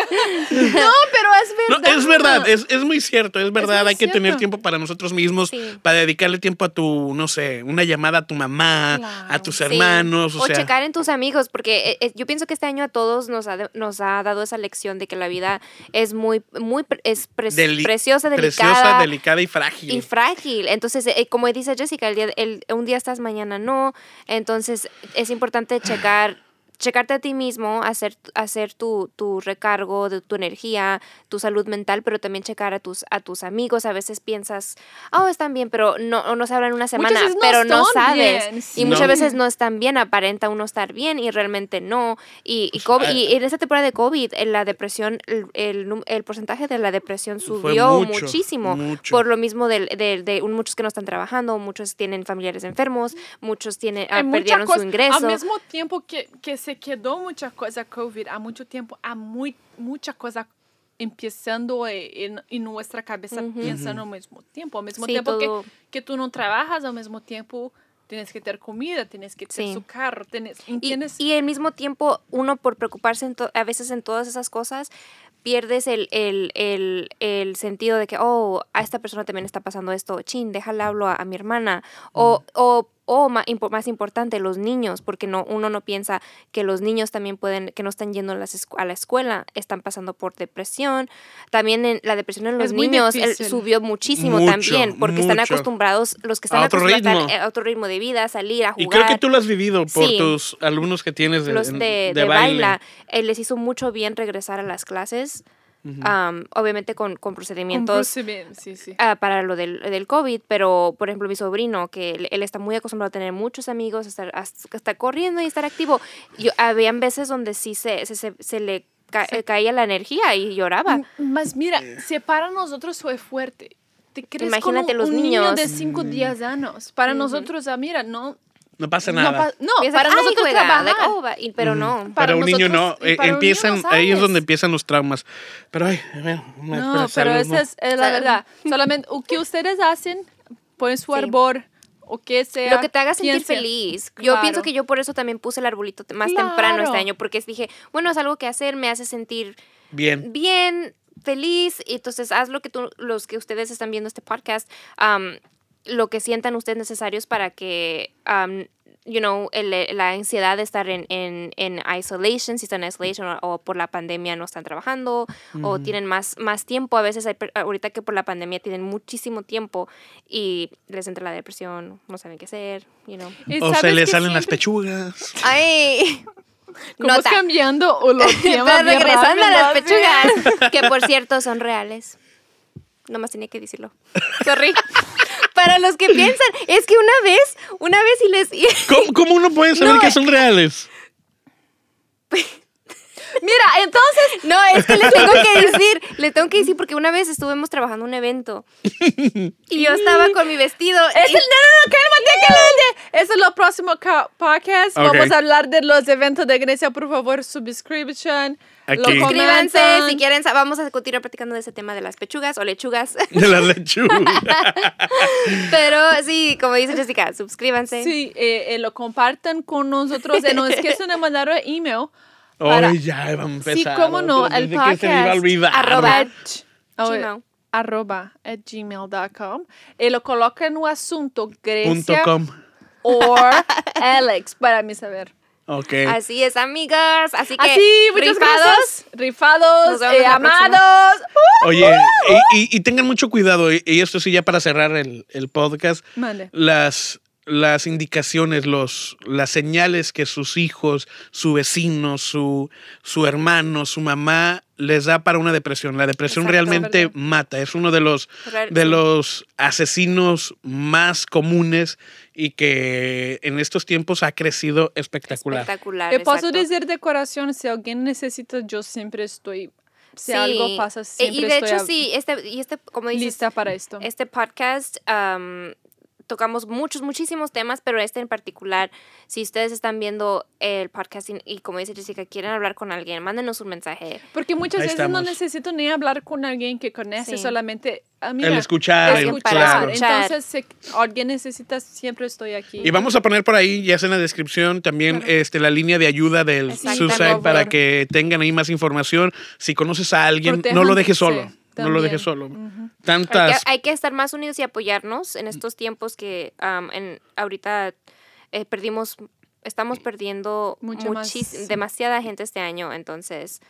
[SPEAKER 2] No, pero es
[SPEAKER 1] No,
[SPEAKER 2] verdad.
[SPEAKER 1] es verdad, eh, es, es muy cierto, es verdad.
[SPEAKER 2] muy
[SPEAKER 1] Hay que tener
[SPEAKER 2] cierto.
[SPEAKER 1] tiempo para nosotros mismos,
[SPEAKER 3] Sí.
[SPEAKER 1] para dedicarle tiempo a tu, no sé, una llamada a tu mamá,
[SPEAKER 2] Claro.
[SPEAKER 1] a tus
[SPEAKER 3] Sí.
[SPEAKER 1] hermanos, o, sea.
[SPEAKER 3] checar en tus amigos, porque eh, eh, yo pienso que este año a todos nos ha, de- nos ha dado esa lección de que la vida es muy, muy pre- es pre-
[SPEAKER 1] deli-
[SPEAKER 3] preciosa, delicada.
[SPEAKER 1] Preciosa, delicada y frágil.
[SPEAKER 3] y frágil. Entonces, eh, como dice Jessica, el día, el- un día estás, mañana no. Entonces, es importante checar, checarte a ti mismo, hacer, hacer tu, tu recargo de tu energía, tu salud mental, pero también checar a tus, a tus amigos. A veces piensas, oh, están bien, pero no, o no se hablan una semana,
[SPEAKER 2] veces no
[SPEAKER 3] pero no
[SPEAKER 2] están
[SPEAKER 3] sabes.
[SPEAKER 2] bien,
[SPEAKER 3] Y muchas
[SPEAKER 1] No.
[SPEAKER 3] veces no están bien, aparenta uno estar bien y realmente no. Y,
[SPEAKER 1] Pues,
[SPEAKER 3] y,
[SPEAKER 1] ah,
[SPEAKER 3] COVID- y en esta temporada de COVID, en la depresión, el, el num- el porcentaje de la depresión subió
[SPEAKER 1] mucho,
[SPEAKER 3] muchísimo.
[SPEAKER 1] mucho.
[SPEAKER 3] Por lo mismo del- del- de, un- muchos que no están trabajando, muchos tienen familiares enfermos, muchos tienen, ah,
[SPEAKER 2] Hay mucha
[SPEAKER 3] perdieron
[SPEAKER 2] cosa-
[SPEAKER 3] su ingreso.
[SPEAKER 2] Al mismo tiempo que, que se quedó mucha cosa COVID, a mucho tiempo, a muy, mucha cosa empezando eh, en, en nuestra cabeza, pensando al mismo tiempo. Al mismo
[SPEAKER 3] Sí,
[SPEAKER 2] tiempo que,
[SPEAKER 3] todo.
[SPEAKER 2] que tú no trabajas, al mismo tiempo tienes que tener comida, tienes que tener
[SPEAKER 3] Sí.
[SPEAKER 2] su carro, tienes,
[SPEAKER 3] Y,
[SPEAKER 2] ¿entiendes?
[SPEAKER 3] y al mismo tiempo, uno por preocuparse en to- a veces en todas esas cosas, pierdes el, el, el, el sentido de que, oh, a esta persona también está pasando esto, chin, déjale hablo a, a mi hermana. O, o, o ma- impo- más, importante, los niños, porque no, uno no piensa que los niños también pueden, que no están yendo a, las escu- a la escuela, están pasando por depresión. También en, la depresión en los
[SPEAKER 2] Es muy
[SPEAKER 3] niños el-
[SPEAKER 2] difícil.
[SPEAKER 3] subió muchísimo
[SPEAKER 1] Mucho,
[SPEAKER 3] también, porque están
[SPEAKER 1] mucho.
[SPEAKER 3] acostumbrados, los que están
[SPEAKER 1] A otro
[SPEAKER 3] acostumbrados
[SPEAKER 1] ritmo.
[SPEAKER 3] a otro ritmo de vida, a salir, a jugar
[SPEAKER 1] Y creo que tú lo has vivido por
[SPEAKER 3] Sí.
[SPEAKER 1] tus alumnos que tienes de,
[SPEAKER 3] los de,
[SPEAKER 1] en-
[SPEAKER 3] de,
[SPEAKER 1] de baile.
[SPEAKER 3] baila, eh, les hizo mucho bien regresar a las clases, am, obviamente con, con
[SPEAKER 2] Con
[SPEAKER 3] procedimientos
[SPEAKER 2] Bruce Lee, sí, sí.
[SPEAKER 3] ah, para lo del, del COVID, pero por ejemplo mi sobrino, que él, él está muy acostumbrado a tener muchos amigos, a estar, hasta- hasta corriendo y estar activo, yo, habían veces donde sí se, se, se- se le ca-
[SPEAKER 2] Sí.
[SPEAKER 3] eh, caía la energía y lloraba.
[SPEAKER 2] Mas mira, si para nosotros fue fuerte. ¿Te crees
[SPEAKER 3] Imagínate
[SPEAKER 2] como
[SPEAKER 3] los
[SPEAKER 2] un niño
[SPEAKER 3] niños.
[SPEAKER 2] de 5 o 10 años? Para
[SPEAKER 3] Ujú.
[SPEAKER 2] nosotros, ah, mira, no.
[SPEAKER 1] Mm. No pasa
[SPEAKER 2] No,
[SPEAKER 1] nada.
[SPEAKER 2] pa- no,
[SPEAKER 3] Piensan,
[SPEAKER 2] para
[SPEAKER 3] "Ay,
[SPEAKER 2] nosotros
[SPEAKER 3] juega",
[SPEAKER 2] trabajar.
[SPEAKER 3] like, "Oh, va", y- pero no.
[SPEAKER 2] Pa- para
[SPEAKER 1] para un niño no.
[SPEAKER 2] nosotros- y
[SPEAKER 1] eh,
[SPEAKER 2] para un niño
[SPEAKER 1] empiezan,
[SPEAKER 2] no
[SPEAKER 1] ahí es
[SPEAKER 2] sabes.
[SPEAKER 1] donde empiezan los traumas. Pero, ay, a ver, me
[SPEAKER 2] No, pero
[SPEAKER 1] algo,
[SPEAKER 2] esa es, es la
[SPEAKER 3] Claro.
[SPEAKER 2] verdad. Solamente lo que ustedes hacen, ponen su
[SPEAKER 3] Sí.
[SPEAKER 2] árbol o que sea.
[SPEAKER 3] Lo que te haga sentir
[SPEAKER 2] piensen.
[SPEAKER 3] feliz. Yo
[SPEAKER 2] Claro.
[SPEAKER 3] pienso que yo por eso también puse el arbolito t- más temprano
[SPEAKER 2] Claro.
[SPEAKER 3] este año, porque dije, bueno, es algo que hacer, me hace sentir
[SPEAKER 1] Bien.
[SPEAKER 3] bien, feliz. y Entonces, haz lo que tú, los que ustedes están viendo este podcast, um, lo que sientan ustedes necesarios para que, um, you know, el- eh, la ansiedad de estar en, en, en isolation, si están en isolation o, o por la pandemia no están trabajando o tienen más, más tiempo. A veces, hay per- ahorita que por la pandemia tienen muchísimo tiempo y les entra la depresión, no saben qué hacer, you know.
[SPEAKER 2] Y
[SPEAKER 1] O se
[SPEAKER 2] sabes
[SPEAKER 1] le
[SPEAKER 2] que
[SPEAKER 1] salen las
[SPEAKER 2] siempre-
[SPEAKER 1] pechugas.
[SPEAKER 3] ¡Ay!
[SPEAKER 2] ¿Cómo es cambiando o los temas
[SPEAKER 3] Pero
[SPEAKER 2] bien
[SPEAKER 3] regresando a
[SPEAKER 2] rápido,
[SPEAKER 3] las
[SPEAKER 2] así?
[SPEAKER 3] pechugas, que por cierto son reales. Nomás tenía que decirlo. Sorry. Para los que piensan, es que una vez, una vez y les...
[SPEAKER 1] ¿Cómo, cómo uno puede saber
[SPEAKER 3] No,
[SPEAKER 1] que
[SPEAKER 3] eh.
[SPEAKER 1] son reales?
[SPEAKER 2] Mira, entonces.
[SPEAKER 3] No, es que les tengo que decir, les tengo que decir porque una vez estuvimos trabajando un evento y yo estaba con mi vestido.
[SPEAKER 2] Es
[SPEAKER 3] y-
[SPEAKER 2] el, no, no, no, cálmate, cálmate. Eso es lo próximo ca- podcast.
[SPEAKER 1] Ok.
[SPEAKER 2] Vamos a hablar de los eventos de Grecia. Por favor, subscription.
[SPEAKER 1] Aquí.
[SPEAKER 2] Lo comentan.
[SPEAKER 3] Suscríbanse si quieren, sa- vamos a continuar platicando de ese tema de las pechugas o lechugas.
[SPEAKER 1] De las lechugas.
[SPEAKER 3] Pero sí, como dice Jessica, suscríbanse.
[SPEAKER 2] Sí, eh, eh, lo compartan con nosotros. Eh, no es que se nos mandaron email. Para-
[SPEAKER 1] Ay, ya va a
[SPEAKER 2] Sí,
[SPEAKER 1] empezar.
[SPEAKER 2] cómo no,
[SPEAKER 1] otra
[SPEAKER 2] el
[SPEAKER 1] vez, ¿de qué
[SPEAKER 2] podcast.
[SPEAKER 1] se le iba a olvidar?
[SPEAKER 3] Arroba.
[SPEAKER 2] at- oh,
[SPEAKER 3] Gmail.
[SPEAKER 2] arroba at gmail.com. Y Eh, lo coloca en un asunto
[SPEAKER 1] Punto
[SPEAKER 2] Grecia
[SPEAKER 1] com.
[SPEAKER 2] o Alex para mí saber.
[SPEAKER 1] Ok.
[SPEAKER 3] Así es, amigas. Así que
[SPEAKER 2] Así, muchas
[SPEAKER 3] rifados.
[SPEAKER 2] gracias. Rifados,
[SPEAKER 3] Nos vemos
[SPEAKER 2] eh,
[SPEAKER 3] la próxima.
[SPEAKER 2] amados. Uh,
[SPEAKER 1] Oye, y, y- y tengan mucho cuidado, y, y esto sí ya para cerrar el, el podcast,
[SPEAKER 2] Mande.
[SPEAKER 1] las, las indicaciones, los, las señales que sus hijos, su vecino, su, su hermano, su mamá les da para una depresión. La depresión
[SPEAKER 3] Exacto,
[SPEAKER 1] realmente
[SPEAKER 2] ¿verdad?
[SPEAKER 1] mata, es uno de los,
[SPEAKER 3] Real-
[SPEAKER 1] de
[SPEAKER 3] sí.
[SPEAKER 1] los asesinos más comunes y que en estos tiempos ha crecido espectacular.
[SPEAKER 3] Espectacular.
[SPEAKER 2] Te puedo
[SPEAKER 3] exacto.
[SPEAKER 2] Eh, decir de corazón, si alguien necesita, yo siempre estoy.
[SPEAKER 3] Sí.
[SPEAKER 2] Si algo pasa,
[SPEAKER 3] Eh,
[SPEAKER 2] siempre
[SPEAKER 3] Y de
[SPEAKER 2] estoy
[SPEAKER 3] hecho,
[SPEAKER 2] a-
[SPEAKER 3] sí, este, y este, como dices,
[SPEAKER 2] lista para esto.
[SPEAKER 3] este podcast am, tocamos muchos, muchísimos temas, pero este en particular, si ustedes están viendo el podcast y, y como dice Jessica, quieren hablar con alguien, mándenos un mensaje.
[SPEAKER 2] Porque muchas
[SPEAKER 1] Ahí
[SPEAKER 2] veces no
[SPEAKER 1] estamos.
[SPEAKER 2] necesito ni hablar con alguien que
[SPEAKER 3] Sí.
[SPEAKER 2] conoce, solamente ah, mira,
[SPEAKER 1] El escuchar, el-
[SPEAKER 3] Alguien
[SPEAKER 2] escuchar.
[SPEAKER 1] claro.
[SPEAKER 3] Escuchar.
[SPEAKER 2] Entonces, si alguien necesita, siempre estoy aquí.
[SPEAKER 1] Y vamos a poner por ahí, ya sea en la descripción, también este, la línea de ayuda del
[SPEAKER 3] Exacto.
[SPEAKER 1] Suicide
[SPEAKER 2] Por
[SPEAKER 1] para
[SPEAKER 2] favor.
[SPEAKER 1] que tengan ahí más información. Si conoces a alguien, no lo dejes solo.
[SPEAKER 2] Protéjanse
[SPEAKER 1] No lo dejes solo.
[SPEAKER 2] también. Ujú.
[SPEAKER 3] Hay que,
[SPEAKER 1] Tantas.
[SPEAKER 3] hay que estar más unidos y apoyarnos en estos tiempos que am, en, ahorita eh, perdimos, estamos perdiendo
[SPEAKER 2] Mucho más,
[SPEAKER 3] muchis-
[SPEAKER 2] sí.
[SPEAKER 3] demasiada gente este año, entonces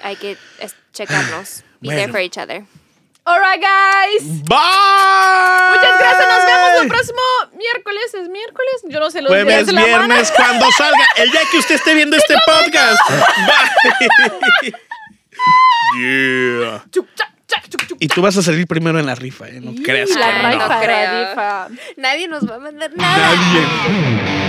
[SPEAKER 3] hay que es- checarnos. Be there
[SPEAKER 1] Bueno.
[SPEAKER 3] for each other.
[SPEAKER 2] All right, guys.
[SPEAKER 1] Bye.
[SPEAKER 2] Muchas gracias. Nos vemos el próximo miércoles. ¿Es miércoles? Yo no sé los días
[SPEAKER 1] Jueves,
[SPEAKER 2] de la semana.
[SPEAKER 1] viernes, cuando salga. El día que usted esté viendo este podcast. Bye. Yeah.
[SPEAKER 2] Chuc, chac, chac, chuc, chuc.
[SPEAKER 1] Y tú vas a salir primero en la rifa, ¿eh? No creas.
[SPEAKER 2] La
[SPEAKER 1] que no.
[SPEAKER 3] Ay, no
[SPEAKER 2] rifa, la
[SPEAKER 3] creo.
[SPEAKER 2] rifa.
[SPEAKER 3] Nadie nos va a mandar nada.
[SPEAKER 1] Nadie.